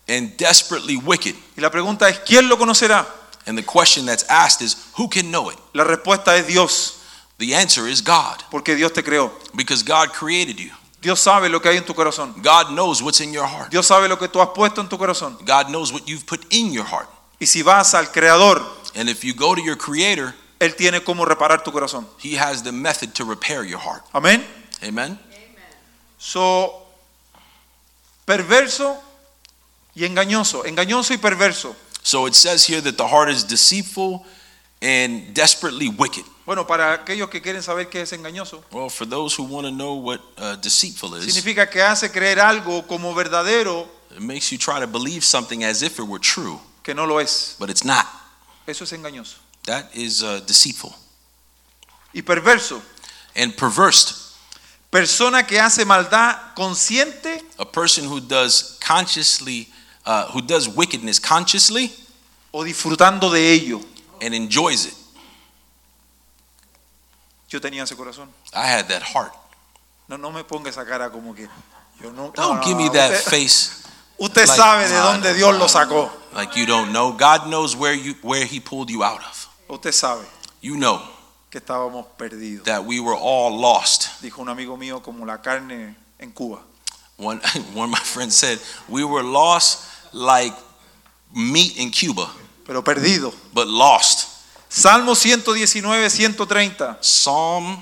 [SPEAKER 3] and desperately wicked
[SPEAKER 2] Y la pregunta es, ¿quién lo conocerá?
[SPEAKER 3] and the question that's asked is who can know it
[SPEAKER 2] La respuesta es Dios,
[SPEAKER 3] the answer is god
[SPEAKER 2] porque Dios te creó.
[SPEAKER 3] because god created you
[SPEAKER 2] Dios sabe lo que hay en tu corazón.
[SPEAKER 3] god knows what's in your heart
[SPEAKER 2] Dios sabe lo que tú has puesto en tu corazón.
[SPEAKER 3] god knows what you've put in your heart
[SPEAKER 2] Y si vas al Creador,
[SPEAKER 3] and if you go to your creator
[SPEAKER 2] Él tiene cómo reparar tu corazón.
[SPEAKER 3] he has the method to repair your heart
[SPEAKER 2] Amén.
[SPEAKER 3] amen
[SPEAKER 2] So, perverso y engañoso. Engañoso y perverso.
[SPEAKER 3] So it says here that the heart is deceitful and desperately wicked.
[SPEAKER 2] Bueno, para aquellos que quieren saber qué es engañoso,
[SPEAKER 3] Well, for those who want to know what uh, deceitful is,
[SPEAKER 2] significa que hace creer algo como verdadero
[SPEAKER 3] it makes you try to believe something as if it were true,
[SPEAKER 2] que no lo es.
[SPEAKER 3] but it's not.
[SPEAKER 2] Eso es engañoso.
[SPEAKER 3] That is uh, deceitful
[SPEAKER 2] Y perverso,
[SPEAKER 3] and perverse.
[SPEAKER 2] persona que hace maldad consciente
[SPEAKER 3] A person who does consciously, uh, who does wickedness consciously
[SPEAKER 2] o disfrutando de ello.
[SPEAKER 3] and enjoys it.
[SPEAKER 2] Yo tenía ese corazón.
[SPEAKER 3] I had that heart.
[SPEAKER 2] No, no me ponga esa cara como que yo no. no,
[SPEAKER 3] Don't
[SPEAKER 2] no,
[SPEAKER 3] give
[SPEAKER 2] no.
[SPEAKER 3] me that
[SPEAKER 2] Usted-
[SPEAKER 3] face
[SPEAKER 2] Usted
[SPEAKER 3] Like,
[SPEAKER 2] sabe de
[SPEAKER 3] no,
[SPEAKER 2] dónde
[SPEAKER 3] no,
[SPEAKER 2] Dios
[SPEAKER 3] no.
[SPEAKER 2] lo sacó.
[SPEAKER 3] like you don't know. God knows where you where He pulled you out of.
[SPEAKER 2] Usted sabe
[SPEAKER 3] You know
[SPEAKER 2] que estábamos perdidos.
[SPEAKER 3] that we were all lost.
[SPEAKER 2] Dijo un amigo mío como la carne en Cuba.
[SPEAKER 3] One one of my friends said we were lost like meat in Cuba,
[SPEAKER 2] Pero perdido.
[SPEAKER 3] but lost.
[SPEAKER 2] Salmo 119, 130.
[SPEAKER 3] Psalm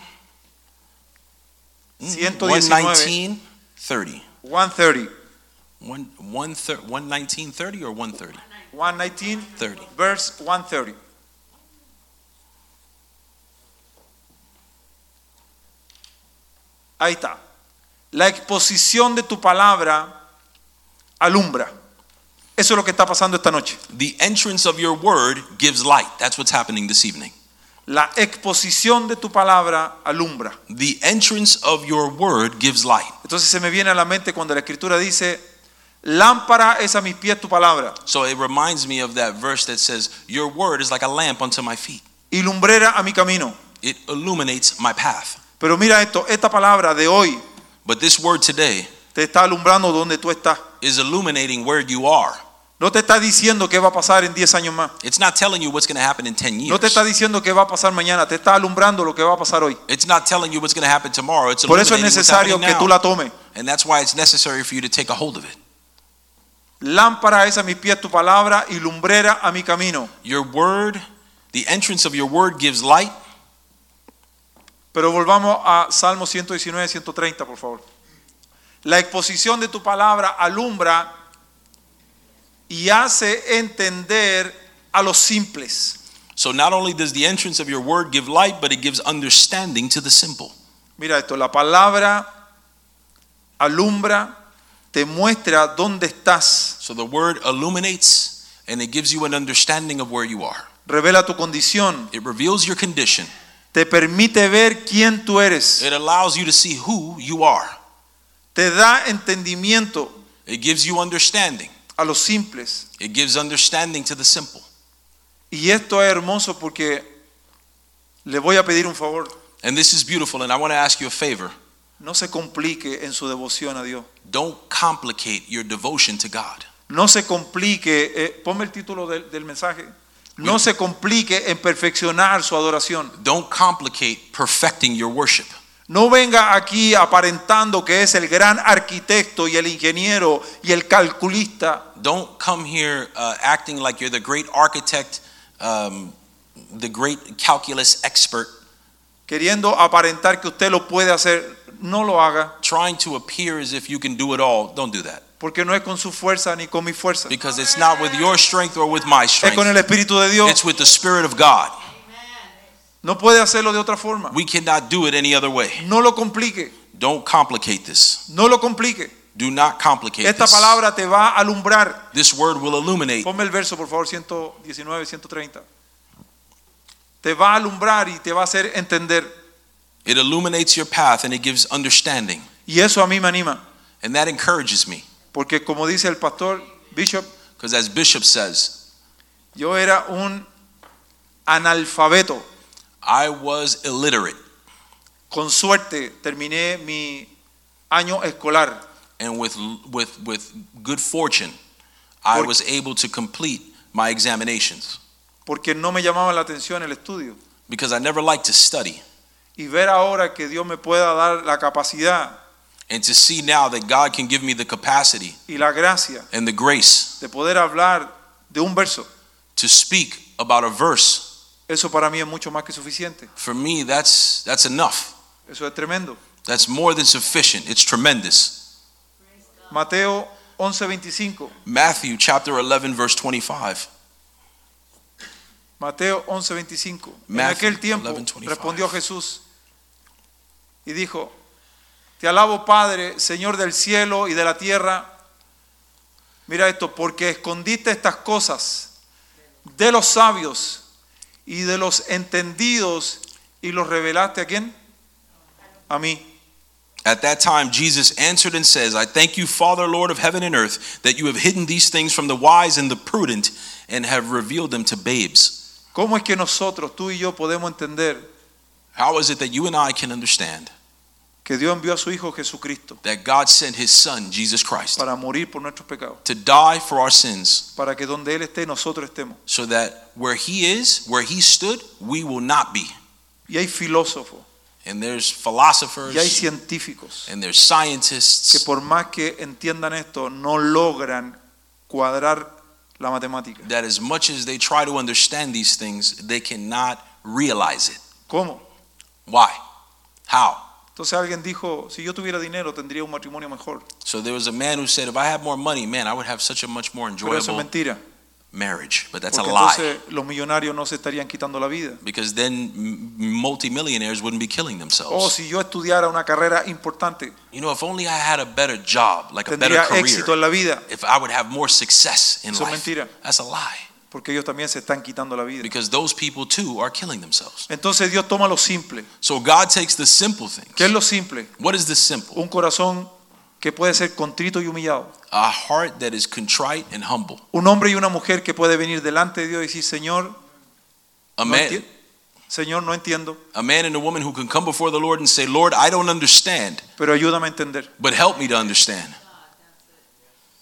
[SPEAKER 3] mm,
[SPEAKER 2] 119.
[SPEAKER 3] 119, 30.
[SPEAKER 2] 130.
[SPEAKER 3] One, one thir- 119, 30 or 130?
[SPEAKER 2] 119,
[SPEAKER 3] 30.
[SPEAKER 2] verse 130. Ahí está. La exposición de tu palabra alumbra. Eso es lo que está pasando esta noche.
[SPEAKER 3] The entrance of your word gives light. That's what's happening this evening.
[SPEAKER 2] La exposición de tu palabra alumbra.
[SPEAKER 3] The entrance of your word gives light.
[SPEAKER 2] Entonces se me viene a la mente cuando la escritura dice, lámpara es a mis pies tu palabra
[SPEAKER 3] So it reminds me of that verse that says, Your word is like a lamp unto my feet,
[SPEAKER 2] y lumbrera a mi camino.
[SPEAKER 3] it illuminates my path.
[SPEAKER 2] Pero mira esto, esta palabra de hoy
[SPEAKER 3] But this word today
[SPEAKER 2] te está alumbrando donde tú estás.
[SPEAKER 3] is illuminating where you are.
[SPEAKER 2] No te está diciendo qué va a pasar en 10 años más.
[SPEAKER 3] It's not telling you what's going to happen in 10
[SPEAKER 2] No te
[SPEAKER 3] years.
[SPEAKER 2] está diciendo qué va a pasar mañana. Te está alumbrando lo que va a pasar hoy.
[SPEAKER 3] It's not telling you what's going to happen tomorrow. It's
[SPEAKER 2] Por eso es
[SPEAKER 3] illuminating what's
[SPEAKER 2] necesario
[SPEAKER 3] happening
[SPEAKER 2] que tú la
[SPEAKER 3] now.
[SPEAKER 2] tomes.
[SPEAKER 3] And that's why it's necessary for you to take a hold of it.
[SPEAKER 2] Lámpara es a mis pies tu palabra y lumbrera a mi camino.
[SPEAKER 3] Your word, the entrance of your word gives light.
[SPEAKER 2] Pero volvamos a Salmo 119, 130, por favor. La exposición de tu palabra alumbra y hace entender a los simples.
[SPEAKER 3] So not only does the entrance of your word give light, but it gives understanding to the simple.
[SPEAKER 2] Mira esto, la palabra alumbra, te muestra dónde estás,
[SPEAKER 3] So the word illuminates and it gives you an understanding of where you are.
[SPEAKER 2] revela tu condición,
[SPEAKER 3] It reveals your condition.
[SPEAKER 2] te permite ver quién tú eres,
[SPEAKER 3] It allows you to see who you are.
[SPEAKER 2] te da entendimiento
[SPEAKER 3] It gives you understanding.
[SPEAKER 2] a los simples.
[SPEAKER 3] It gives understanding to the simple.
[SPEAKER 2] Y esto es hermoso porque le voy a pedir un favor.
[SPEAKER 3] And this is beautiful and I want to ask you a favor.
[SPEAKER 2] No se complique en su devoción a Dios.
[SPEAKER 3] Don't complicate your devotion to God.
[SPEAKER 2] No se complique, eh, ponme el título del, del mensaje. No se complique en perfeccionar su adoración.
[SPEAKER 3] Don't complicate perfecting your worship.
[SPEAKER 2] No venga aquí aparentando que es el gran arquitecto y el ingeniero y el calculista.
[SPEAKER 3] Don't come here uh, acting like you're the great architect, um, the great calculus expert,
[SPEAKER 2] Queriendo aparentar que usted lo puede hacer, no lo haga,
[SPEAKER 3] trying to appear as if you can do it all. Don't do that
[SPEAKER 2] porque no es con su fuerza ni con mi fuerza.
[SPEAKER 3] because it's not with your strength or with my
[SPEAKER 2] Es con
[SPEAKER 3] strength.
[SPEAKER 2] el Espíritu de Dios.
[SPEAKER 3] It's with the Spirit of God.
[SPEAKER 2] No puede hacerlo de otra forma.
[SPEAKER 3] We cannot do it any other way.
[SPEAKER 2] No lo complique,
[SPEAKER 3] Don't complicate this.
[SPEAKER 2] no lo complique.
[SPEAKER 3] Do not complicate
[SPEAKER 2] Esta
[SPEAKER 3] this.
[SPEAKER 2] palabra te va a alumbrar.
[SPEAKER 3] This word will illuminate.
[SPEAKER 2] Ponme el verso, por favor, 119, 130. Te va a alumbrar y te va a hacer entender.
[SPEAKER 3] It illuminates your path and it gives understanding.
[SPEAKER 2] Y eso a mí me anima.
[SPEAKER 3] And that encourages me
[SPEAKER 2] Porque como dice el pastor Bishop,
[SPEAKER 3] because, as Bishop says,
[SPEAKER 2] yo era un analfabeto.
[SPEAKER 3] I was illiterate.
[SPEAKER 2] Con suerte terminé mi año escolar.
[SPEAKER 3] and with with with good fortune, I
[SPEAKER 2] Por-
[SPEAKER 3] was able to complete my examinations
[SPEAKER 2] Porque no me llamaba la atención el estudio.
[SPEAKER 3] because I never liked to study.
[SPEAKER 2] Y ver ahora que Dios me pueda dar la capacidad
[SPEAKER 3] And to see now that God can give me the capacity
[SPEAKER 2] y la gracia
[SPEAKER 3] and the grace
[SPEAKER 2] de poder hablar de un verso,
[SPEAKER 3] to speak about a verse,
[SPEAKER 2] eso para mí es mucho más que suficiente.
[SPEAKER 3] for me that's that's enough.
[SPEAKER 2] Eso es tremendo.
[SPEAKER 3] That's more than sufficient. It's tremendous.
[SPEAKER 2] Mateo 11, 25.
[SPEAKER 3] Matthew chapter 11 verse 25.
[SPEAKER 2] Mateo 11:25. En
[SPEAKER 3] Matthew
[SPEAKER 2] aquel tiempo
[SPEAKER 3] 11:25.
[SPEAKER 2] respondió Jesús y dijo, Te alabo Padre, Señor del cielo y de la tierra. Mira esto, porque escondiste estas cosas de los sabios y de los entendidos y los revelaste a quién? A mí.
[SPEAKER 3] At that time, Jesus answered and says, I thank you, Father, Lord of heaven and earth, that you have hidden these things from the wise and the prudent and have revealed them to babes.
[SPEAKER 2] ¿Cómo es que nosotros, tú y yo, podemos entender
[SPEAKER 3] How is it that you and I can understand
[SPEAKER 2] que Dios envió a su Hijo Jesucristo
[SPEAKER 3] that God sent his son, Jesus Christ,
[SPEAKER 2] para morir por nuestros pecados?
[SPEAKER 3] to die for our sins
[SPEAKER 2] Para que donde Él esté, nosotros estemos.
[SPEAKER 3] so that where he is, where he stood, we will not be?
[SPEAKER 2] Y hay filósofos,
[SPEAKER 3] And there's
[SPEAKER 2] y hay
[SPEAKER 3] philosophers
[SPEAKER 2] científicos
[SPEAKER 3] and there's
[SPEAKER 2] que
[SPEAKER 3] scientists
[SPEAKER 2] por más que entiendan esto, no logran cuadrar la matemática.
[SPEAKER 3] that, as much as they try to understand these things, they cannot realize it.
[SPEAKER 2] ¿Cómo?
[SPEAKER 3] Why? How?
[SPEAKER 2] Entonces alguien dijo, si yo tuviera dinero, tendría un matrimonio mejor.
[SPEAKER 3] So there was a man who said, if I had more money, man, I would have such a much more
[SPEAKER 2] Pero eso es
[SPEAKER 3] enjoyable
[SPEAKER 2] mentira,
[SPEAKER 3] marriage. But that's a
[SPEAKER 2] porque
[SPEAKER 3] lie.
[SPEAKER 2] entonces los millonarios no se estarían quitando la vida.
[SPEAKER 3] Because then m- multimillionaires wouldn't be killing
[SPEAKER 2] O
[SPEAKER 3] themselves.
[SPEAKER 2] si yo estudiara una carrera importante,
[SPEAKER 3] You know, if only I had a better job, like a better
[SPEAKER 2] tendría éxito
[SPEAKER 3] career,
[SPEAKER 2] en la vida,
[SPEAKER 3] if I would have more success in
[SPEAKER 2] Eso es
[SPEAKER 3] life.
[SPEAKER 2] mentira.
[SPEAKER 3] That's a lie.
[SPEAKER 2] porque ellos también se están quitando la vida.
[SPEAKER 3] Because those people too are killing themselves.
[SPEAKER 2] Entonces Dios toma lo simple.
[SPEAKER 3] So God takes the simple
[SPEAKER 2] ¿Qué es
[SPEAKER 3] things.
[SPEAKER 2] lo simple?
[SPEAKER 3] What is the simple?
[SPEAKER 2] Un corazón que puede ser contrito y humillado.
[SPEAKER 3] A heart that is contrite and humble.
[SPEAKER 2] Un hombre y una mujer que puede venir delante de Dios y decir, Señor,
[SPEAKER 3] A
[SPEAKER 2] no
[SPEAKER 3] man,
[SPEAKER 2] enti- Señor, no entiendo,
[SPEAKER 3] a man and a woman who can come before the Lord and say, Lord, I don't understand,
[SPEAKER 2] pero ayúdame a entender.
[SPEAKER 3] but help me to understand.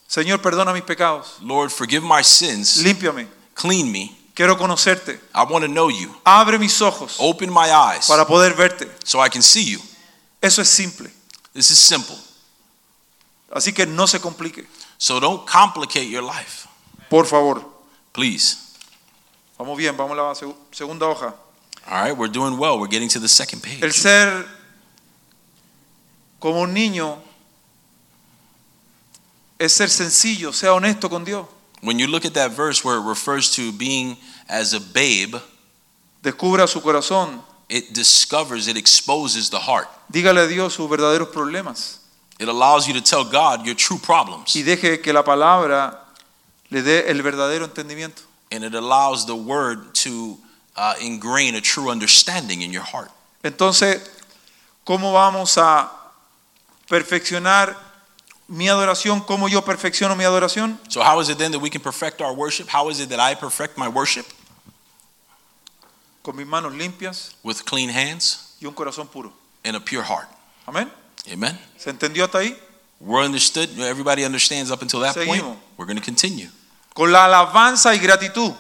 [SPEAKER 2] Señor, perdona mis pecados,
[SPEAKER 3] Lord, forgive my sins.
[SPEAKER 2] límpiame,
[SPEAKER 3] Clean me.
[SPEAKER 2] quiero conocerte,
[SPEAKER 3] I want to know you.
[SPEAKER 2] abre mis ojos
[SPEAKER 3] Open my eyes
[SPEAKER 2] para poder verte.
[SPEAKER 3] so I can see you.
[SPEAKER 2] Eso es simple,
[SPEAKER 3] This is simple.
[SPEAKER 2] así que no se complique,
[SPEAKER 3] So don't complicate your life,
[SPEAKER 2] por favor.
[SPEAKER 3] please.
[SPEAKER 2] Vamos bien, vamos a la seg- segunda hoja.
[SPEAKER 3] All right, we're doing well. We're getting to the second
[SPEAKER 2] El
[SPEAKER 3] page.
[SPEAKER 2] ser como un niño es ser sencillo, sea honesto con Dios.
[SPEAKER 3] When you look at that verse where it refers to being as a babe,
[SPEAKER 2] Descubra su corazón,
[SPEAKER 3] it discovers, it exposes the heart.
[SPEAKER 2] dígale a Dios sus verdaderos problemas.
[SPEAKER 3] It allows you to tell God your true problems,
[SPEAKER 2] y deje que la palabra le dé el verdadero entendimiento.
[SPEAKER 3] and it allows the word to uh, ingrain a true understanding in your heart.
[SPEAKER 2] Entonces, ¿cómo vamos a perfeccionar mi adoración? ¿Cómo yo perfecciono mi adoración?
[SPEAKER 3] So, how is it then that we can perfect our worship? How is it that I perfect my worship?
[SPEAKER 2] Con mis manos limpias
[SPEAKER 3] With clean hands
[SPEAKER 2] y un corazón puro.
[SPEAKER 3] and a pure heart.
[SPEAKER 2] Amén.
[SPEAKER 3] Amen.
[SPEAKER 2] ¿Se entendió hasta ahí?
[SPEAKER 3] We're understood. Everybody understands up until that point.
[SPEAKER 2] Seguimos.
[SPEAKER 3] We're going to continue
[SPEAKER 2] Con la alabanza y gratitud.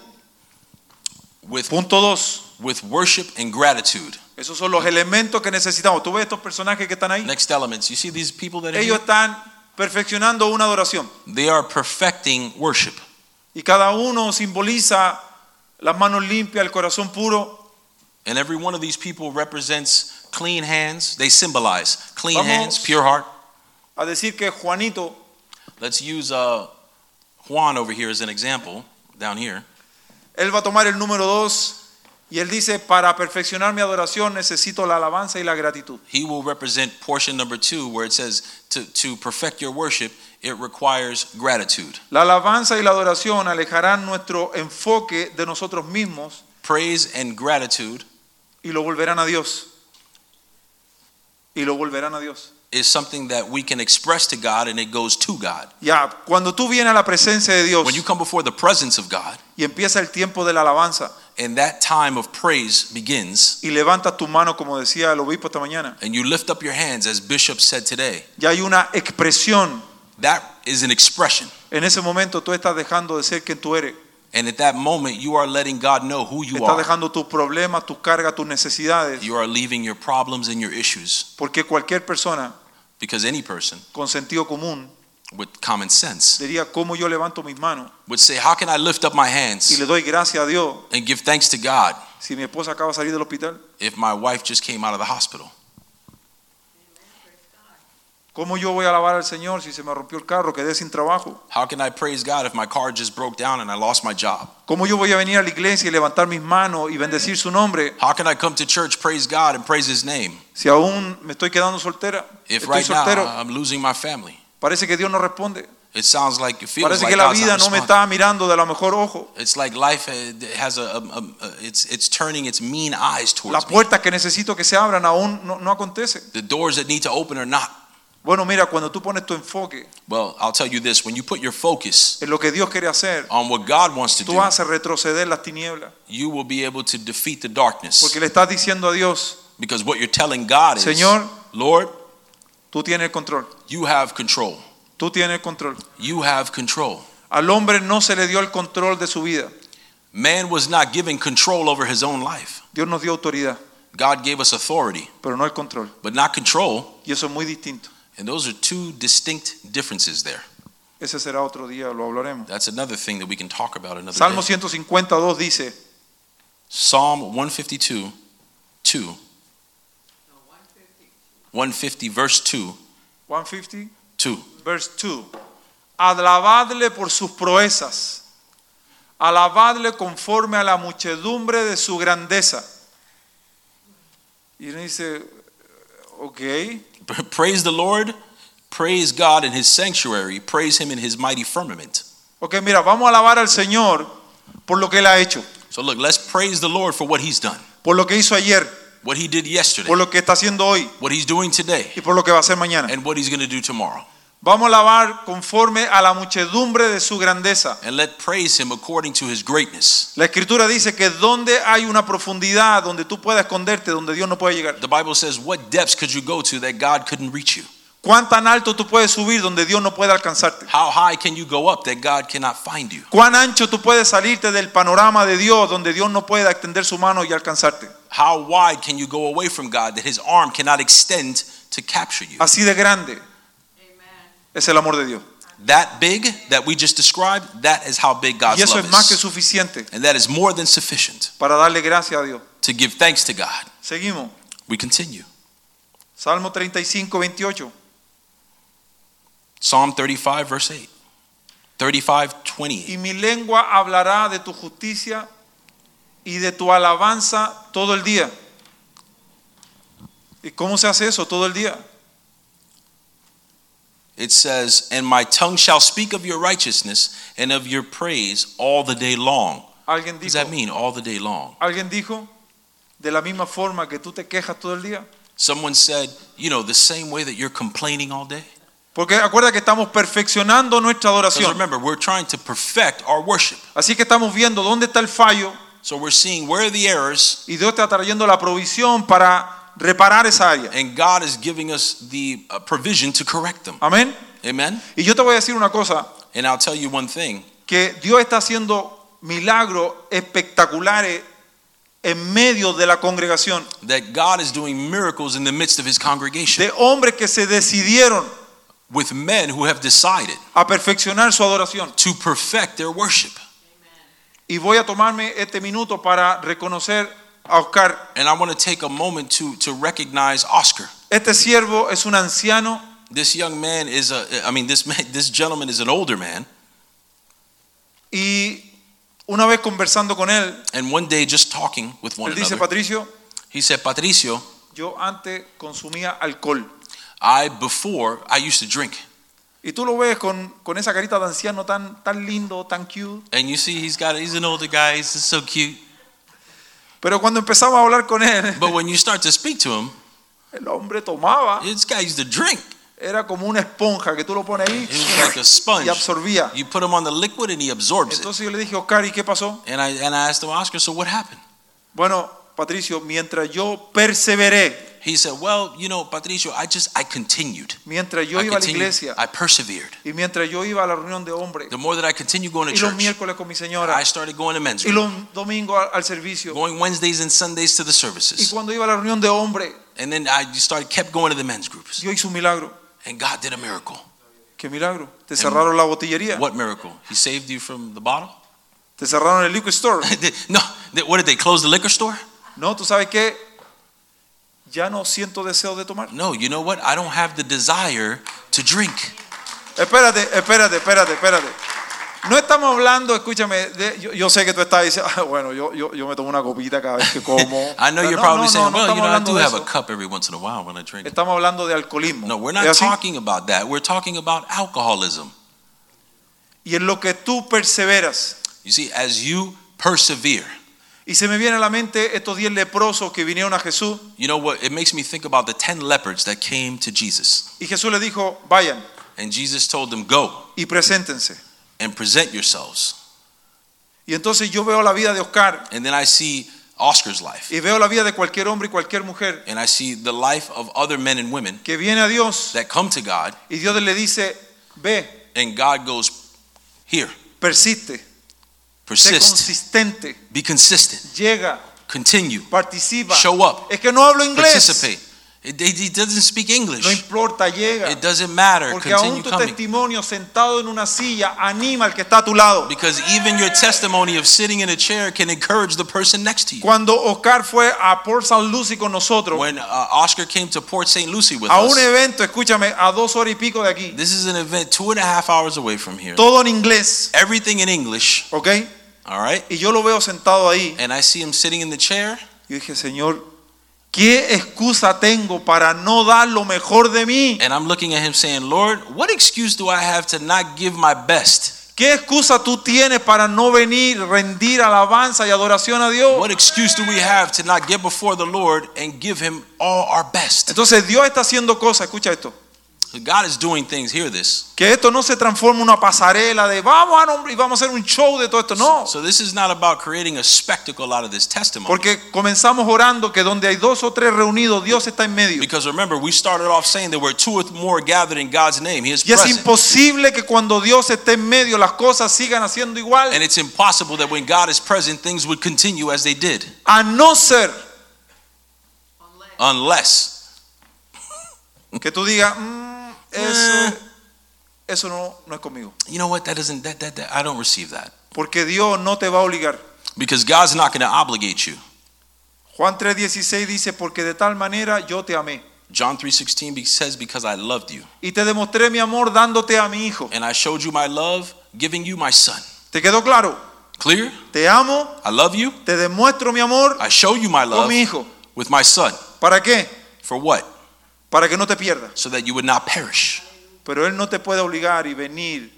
[SPEAKER 3] with
[SPEAKER 2] Punto dos.
[SPEAKER 3] with worship and gratitude.
[SPEAKER 2] Esos son los elementos que necesitamos. Tú ves estos personajes que están ahí.
[SPEAKER 3] Next elements. You see these people that are
[SPEAKER 2] Ellos
[SPEAKER 3] here?
[SPEAKER 2] están perfeccionando una adoración.
[SPEAKER 3] they are perfecting worship.
[SPEAKER 2] Y cada uno simboliza las manos limpias, el corazón puro
[SPEAKER 3] And every one of these people represents clean hands. They symbolize clean
[SPEAKER 2] Vamos.
[SPEAKER 3] hands, pure heart.
[SPEAKER 2] a decir que Juanito
[SPEAKER 3] Let's use uh, Juan over here as an example down here.
[SPEAKER 2] Él va a tomar el número dos y él dice, para perfeccionar mi adoración necesito la alabanza y la gratitud.
[SPEAKER 3] He will represent portion number two, where it says to, to perfect your worship, it requires gratitude.
[SPEAKER 2] La alabanza y la adoración alejarán nuestro enfoque de nosotros mismos
[SPEAKER 3] Praise and gratitude
[SPEAKER 2] y lo volverán a Dios. Y lo volverán a Dios.
[SPEAKER 3] is something that we can express to God and it goes to God.
[SPEAKER 2] Ya, cuando tú vienes a la presencia de Dios
[SPEAKER 3] When you come before the presence of God
[SPEAKER 2] y empieza el tiempo de la alabanza
[SPEAKER 3] and that time of praise begins,
[SPEAKER 2] y levantas tu mano, como decía el obispo esta mañana,
[SPEAKER 3] and you lift up your hands, as Bishop said today,
[SPEAKER 2] ya hay una expresión.
[SPEAKER 3] that is an expression.
[SPEAKER 2] En ese momento tú estás dejando de ser quien tú eres.
[SPEAKER 3] And at that moment, you are letting God know who you
[SPEAKER 2] Estás
[SPEAKER 3] are.
[SPEAKER 2] dejando tus problemas, tus cargas, tus necesidades.
[SPEAKER 3] You are leaving your problems and your issues
[SPEAKER 2] Porque cualquier persona
[SPEAKER 3] because any person
[SPEAKER 2] con sentido común
[SPEAKER 3] with common sense
[SPEAKER 2] diría cómo yo levanto mis manos
[SPEAKER 3] would say, How can I lift up my
[SPEAKER 2] y
[SPEAKER 3] hands
[SPEAKER 2] le doy gracias a Dios
[SPEAKER 3] and give thanks to God
[SPEAKER 2] si mi esposa acaba de salir del hospital.
[SPEAKER 3] if my wife just came out of the hospital?
[SPEAKER 2] ¿Cómo yo voy a alabar al Señor si se me rompió el carro, quedé sin trabajo?
[SPEAKER 3] How can I praise God if my car just broke down and I lost my job?
[SPEAKER 2] ¿Cómo yo voy a venir a la iglesia y levantar mis manos y bendecir su nombre
[SPEAKER 3] How can I come to church, praise God, and praise His name
[SPEAKER 2] si aún me estoy quedando soltera?
[SPEAKER 3] if
[SPEAKER 2] Estoy
[SPEAKER 3] right now
[SPEAKER 2] soltero.
[SPEAKER 3] I'm losing my family?
[SPEAKER 2] Parece que Dios no responde.
[SPEAKER 3] It sounds like it feels
[SPEAKER 2] Parece
[SPEAKER 3] like
[SPEAKER 2] que la
[SPEAKER 3] God's not
[SPEAKER 2] vida no me
[SPEAKER 3] responding.
[SPEAKER 2] está mirando de la mejor ojo.
[SPEAKER 3] It's like life uh, has a, a- a- a- it's it's turning its mean eyes
[SPEAKER 2] Las
[SPEAKER 3] towards me.
[SPEAKER 2] puertas que necesito que se abran aún no, no acontecen.
[SPEAKER 3] The doors that need to open are not.
[SPEAKER 2] Bueno, mira, cuando tú pones tu enfoque
[SPEAKER 3] Well, I'll tell you this: when you put your focus
[SPEAKER 2] en lo que Dios quiere hacer,
[SPEAKER 3] on what God wants to
[SPEAKER 2] tú
[SPEAKER 3] do,
[SPEAKER 2] haces retroceder las tinieblas.
[SPEAKER 3] you will be able to defeat the darkness.
[SPEAKER 2] Porque le estás diciendo a Dios,
[SPEAKER 3] Because what you're telling God is,
[SPEAKER 2] Señor,
[SPEAKER 3] Lord,
[SPEAKER 2] tú tienes el control,
[SPEAKER 3] you have control.
[SPEAKER 2] tú tienes el control.
[SPEAKER 3] You have control.
[SPEAKER 2] Al hombre no se le dio el control de su vida,
[SPEAKER 3] Man was not given control over his own life.
[SPEAKER 2] Dios nos dio autoridad,
[SPEAKER 3] God gave us authority,
[SPEAKER 2] pero no el control.
[SPEAKER 3] but not control.
[SPEAKER 2] Y eso es muy distinto.
[SPEAKER 3] And those are two distinct differences there.
[SPEAKER 2] Ese será otro día, lo hablaremos.
[SPEAKER 3] That's another thing that we can talk about another
[SPEAKER 2] Salmo
[SPEAKER 3] day.
[SPEAKER 2] 152 dice,
[SPEAKER 3] Psalm 152, 2. 150, verse 2,
[SPEAKER 2] 150,
[SPEAKER 3] 2.
[SPEAKER 2] verse 2. Alabadle por sus proezas. Alabadle conforme a la muchedumbre de su grandeza. Y uno dice, ok,
[SPEAKER 3] Praise the Lord. Praise God in his sanctuary. Praise him in his mighty firmament.
[SPEAKER 2] ok, mira, vamos a alabar al Señor por lo que Él ha hecho,
[SPEAKER 3] So look, let's praise the Lord for what he's done,
[SPEAKER 2] por lo que hizo ayer,
[SPEAKER 3] what he did yesterday,
[SPEAKER 2] por lo que está haciendo hoy
[SPEAKER 3] what he's doing today,
[SPEAKER 2] y por lo que va a hacer mañana.
[SPEAKER 3] and what he's going to do tomorrow.
[SPEAKER 2] Vamos a alabar conforme a la muchedumbre de su grandeza.
[SPEAKER 3] And let praise him according to his greatness.
[SPEAKER 2] La escritura dice que donde hay una profundidad donde tú puedas esconderte, donde Dios no puede llegar.
[SPEAKER 3] The Bible says, What depths could you go to that God couldn't reach you?
[SPEAKER 2] ¿Cuán tan alto tú puedes subir donde Dios no puede alcanzarte?
[SPEAKER 3] How high can you go up that God cannot find you?
[SPEAKER 2] ¿Cuán ancho tú puedes salirte del panorama de Dios donde Dios no pueda extender su mano y alcanzarte?
[SPEAKER 3] How wide can you go away from God that his arm cannot extend to capture you?
[SPEAKER 2] Así de grande es el amor de Dios.
[SPEAKER 3] That big that we just described, that is how big
[SPEAKER 2] Y
[SPEAKER 3] God's
[SPEAKER 2] eso
[SPEAKER 3] love
[SPEAKER 2] es más que
[SPEAKER 3] is.
[SPEAKER 2] suficiente
[SPEAKER 3] And that is more than sufficient
[SPEAKER 2] para darle gracias a Dios.
[SPEAKER 3] to give thanks to God.
[SPEAKER 2] Seguimos.
[SPEAKER 3] We continue.
[SPEAKER 2] Salmo 35, 28.
[SPEAKER 3] Psalm 35, verse 8. 35, 28.
[SPEAKER 2] Y mi lengua hablará de tu justicia y de tu alabanza todo el día. ¿Y cómo se hace eso todo el día?
[SPEAKER 3] It says, And my tongue shall speak of your righteousness and of your praise all the day long.
[SPEAKER 2] Alguien
[SPEAKER 3] What
[SPEAKER 2] dijo,
[SPEAKER 3] does that mean, all the day long?
[SPEAKER 2] alguien dijo, de la misma forma que tú te quejas todo el día.
[SPEAKER 3] Someone said, You know, the same way that you're complaining all day.
[SPEAKER 2] Porque acuerda que estamos perfeccionando nuestra
[SPEAKER 3] Because
[SPEAKER 2] adoración.
[SPEAKER 3] remember, we're trying to perfect our worship.
[SPEAKER 2] Así que estamos viendo dónde está el fallo
[SPEAKER 3] So we're seeing where are the errors,
[SPEAKER 2] y Dios está trayendo la provisión para reparar esa área.
[SPEAKER 3] and God is giving us the uh, provision to correct them.
[SPEAKER 2] Amén.
[SPEAKER 3] Amen.
[SPEAKER 2] Y yo te voy a decir una cosa,
[SPEAKER 3] And I'll tell you one thing
[SPEAKER 2] que Dios está haciendo milagros espectaculares en medio de la congregación,
[SPEAKER 3] that God is doing miracles in the midst of His congregation
[SPEAKER 2] de hombres que se decidieron
[SPEAKER 3] with men who have decided
[SPEAKER 2] a perfeccionar su adoración.
[SPEAKER 3] to perfect their worship.
[SPEAKER 2] Y voy a tomarme este minuto para reconocer a Oscar.
[SPEAKER 3] And I want to take a moment to, to recognize Oscar.
[SPEAKER 2] Este siervo es un anciano
[SPEAKER 3] This young man is a, I mean, this man, this gentleman is an older man.
[SPEAKER 2] y una vez conversando con él,
[SPEAKER 3] And one day, just talking with one
[SPEAKER 2] Él dice,
[SPEAKER 3] another,
[SPEAKER 2] Patricio,
[SPEAKER 3] he said, Patricio,
[SPEAKER 2] yo antes consumía alcohol.
[SPEAKER 3] I before I used to drink.
[SPEAKER 2] Y tú lo ves con, con esa carita de anciano tan, tan lindo, tan cute.
[SPEAKER 3] And you see, he's got, he's an older guy, he's just so cute.
[SPEAKER 2] Pero cuando empezamos a hablar con él,
[SPEAKER 3] But when you start to speak to him,
[SPEAKER 2] el hombre tomaba.
[SPEAKER 3] this guy used to drink.
[SPEAKER 2] Era como una esponja que tú lo pones ahí
[SPEAKER 3] He was like a
[SPEAKER 2] y
[SPEAKER 3] sponge.
[SPEAKER 2] absorbía.
[SPEAKER 3] You put him on the liquid and he absorbs it.
[SPEAKER 2] Entonces yo le dije, Oscar, ¿y qué pasó?
[SPEAKER 3] And I, and I asked him, Oscar, so what happened?
[SPEAKER 2] Bueno, Patricio, mientras yo perseveré,
[SPEAKER 3] He said, well, you know, Patricio, I just, I continued.
[SPEAKER 2] mientras yo
[SPEAKER 3] I
[SPEAKER 2] iba a la
[SPEAKER 3] continued.
[SPEAKER 2] iglesia
[SPEAKER 3] I persevered.
[SPEAKER 2] y mientras yo iba a la reunión de hombres
[SPEAKER 3] The more that I continued going to
[SPEAKER 2] y los
[SPEAKER 3] church,
[SPEAKER 2] miércoles con mi
[SPEAKER 3] I
[SPEAKER 2] señora
[SPEAKER 3] started going to men's
[SPEAKER 2] y
[SPEAKER 3] group,
[SPEAKER 2] los domingos al- al servicio
[SPEAKER 3] going Wednesdays and Sundays to the
[SPEAKER 2] y
[SPEAKER 3] services.
[SPEAKER 2] cuando iba a la reunión de hombres,
[SPEAKER 3] And then I just started, kept going to the men's groups.
[SPEAKER 2] Dios hizo un milagro.
[SPEAKER 3] And God did a miracle.
[SPEAKER 2] ¿Qué milagro? Te cerraron la botillería.
[SPEAKER 3] What miracle? He saved you from the bottle?
[SPEAKER 2] Te cerraron el liquor store.
[SPEAKER 3] no, they- what did they close the liquor store?
[SPEAKER 2] No, tú sabes qué. ya no siento deseo de tomar.
[SPEAKER 3] No, you know what? I don't have the desire to drink.
[SPEAKER 2] Espérate, espérate, espérate, espérate. No estamos hablando, escúchame, de- yo, yo sé que tú estás diciendo, "Ah, bueno, yo, yo, yo me tomo una copita cada vez que como.
[SPEAKER 3] I
[SPEAKER 2] No,
[SPEAKER 3] know you're
[SPEAKER 2] no,
[SPEAKER 3] probably
[SPEAKER 2] no,
[SPEAKER 3] saying,
[SPEAKER 2] no, no
[SPEAKER 3] well, you
[SPEAKER 2] estamos
[SPEAKER 3] know, I
[SPEAKER 2] hablando
[SPEAKER 3] do
[SPEAKER 2] de
[SPEAKER 3] have a
[SPEAKER 2] eso.
[SPEAKER 3] cup every once in a while when I drink. it."
[SPEAKER 2] Estamos hablando de alcoholismo.
[SPEAKER 3] No, we're
[SPEAKER 2] ¿Es
[SPEAKER 3] not
[SPEAKER 2] así?
[SPEAKER 3] talking about that. We're talking about alcoholism.
[SPEAKER 2] Y en lo que tú perseveras.
[SPEAKER 3] You see, as you persevere,
[SPEAKER 2] Y se me viene a la mente estos 10 leprosos que vinieron a Jesús
[SPEAKER 3] you know what? It makes me think about the 10 leopards that came to Jesus.
[SPEAKER 2] y Jesús les dijo, vayan
[SPEAKER 3] And Jesus told them, Go
[SPEAKER 2] y preséntense.
[SPEAKER 3] and present yourselves.
[SPEAKER 2] Y entonces yo veo la vida de Oscar
[SPEAKER 3] And then I see Oscar's life.
[SPEAKER 2] y veo la vida de cualquier hombre y cualquier mujer
[SPEAKER 3] And I see the life of other men and women
[SPEAKER 2] que viene a Dios
[SPEAKER 3] that come to God.
[SPEAKER 2] y Dios le dice, ve,
[SPEAKER 3] And God goes, Here,
[SPEAKER 2] persiste, sé
[SPEAKER 3] persist,
[SPEAKER 2] consistente,
[SPEAKER 3] be consistent,
[SPEAKER 2] llega,
[SPEAKER 3] continue,
[SPEAKER 2] participa.
[SPEAKER 3] Show up.
[SPEAKER 2] Es que no hablo inglés.
[SPEAKER 3] participate. It, it- he doesn't speak
[SPEAKER 2] No
[SPEAKER 3] English.
[SPEAKER 2] importa, llega.
[SPEAKER 3] It doesn't matter.
[SPEAKER 2] Porque aún
[SPEAKER 3] Continue
[SPEAKER 2] tu
[SPEAKER 3] coming.
[SPEAKER 2] testimonio sentado en una silla anima al que está a tu lado.
[SPEAKER 3] Because even your testimony of sitting in a chair can encourage the person next to you.
[SPEAKER 2] Cuando Oscar fue a Port San Lucy con nosotros,
[SPEAKER 3] When uh, Oscar came to Port St. Lucie with
[SPEAKER 2] a un
[SPEAKER 3] us,
[SPEAKER 2] evento, escúchame, a dos horas y pico de aquí,
[SPEAKER 3] this is an event two and a half hours away from here.
[SPEAKER 2] todo en inglés,
[SPEAKER 3] Everything in English,
[SPEAKER 2] ¿ok?
[SPEAKER 3] all right?
[SPEAKER 2] Y yo lo veo sentado ahí.
[SPEAKER 3] And I see him sitting in the chair.
[SPEAKER 2] Yo dije, Señor, ¿qué excusa tengo para no dar lo mejor de mí?
[SPEAKER 3] And I'm looking at him saying, Lord, what excuse do I have to not give my best?
[SPEAKER 2] ¿Qué excusa tú tienes para no venir, rendir alabanza y adoración a Dios?
[SPEAKER 3] What excuse do we have to not get before the Lord and give him all our best?
[SPEAKER 2] Entonces Dios está haciendo cosas, escucha esto,
[SPEAKER 3] So God is doing things, hear this.
[SPEAKER 2] que esto no se transforme en una pasarela de vamos a nombre y vamos a hacer un show de todo esto, no.
[SPEAKER 3] So this is not about creating a spectacle out of this testimony.
[SPEAKER 2] Porque comenzamos orando que donde hay dos o tres reunidos, Dios está en medio.
[SPEAKER 3] Because remember, we started off saying there were two or more gathered in God's name. He is
[SPEAKER 2] Y es
[SPEAKER 3] present.
[SPEAKER 2] imposible que cuando Dios esté en medio las cosas sigan haciendo igual,
[SPEAKER 3] And it's impossible that when God is present, things would continue as they did.
[SPEAKER 2] a no ser
[SPEAKER 3] Unless.
[SPEAKER 2] que tú digas, "Mm, eso,
[SPEAKER 3] Eh.
[SPEAKER 2] eso no, no es conmigo.
[SPEAKER 3] You know what? That doesn't, that, that, that, I don't receive that.
[SPEAKER 2] Porque Dios no te va a obligar.
[SPEAKER 3] Because God's not going to obligate you.
[SPEAKER 2] Juan 3:16 dice, porque de tal manera yo te amé.
[SPEAKER 3] John 3.16 be- says, because I loved you.
[SPEAKER 2] Y te demostré mi amor dándote a mi hijo.
[SPEAKER 3] And I showed you my love, giving you my son.
[SPEAKER 2] ¿Te quedó claro?
[SPEAKER 3] Clear?
[SPEAKER 2] Te amo,
[SPEAKER 3] I love you.
[SPEAKER 2] te demuestro mi amor
[SPEAKER 3] I show you my
[SPEAKER 2] con
[SPEAKER 3] love
[SPEAKER 2] mi hijo.
[SPEAKER 3] with my son.
[SPEAKER 2] ¿Para qué?
[SPEAKER 3] For what?
[SPEAKER 2] Para que no te pierdas.
[SPEAKER 3] So that you would not perish.
[SPEAKER 2] Pero Él no te puede obligar y venir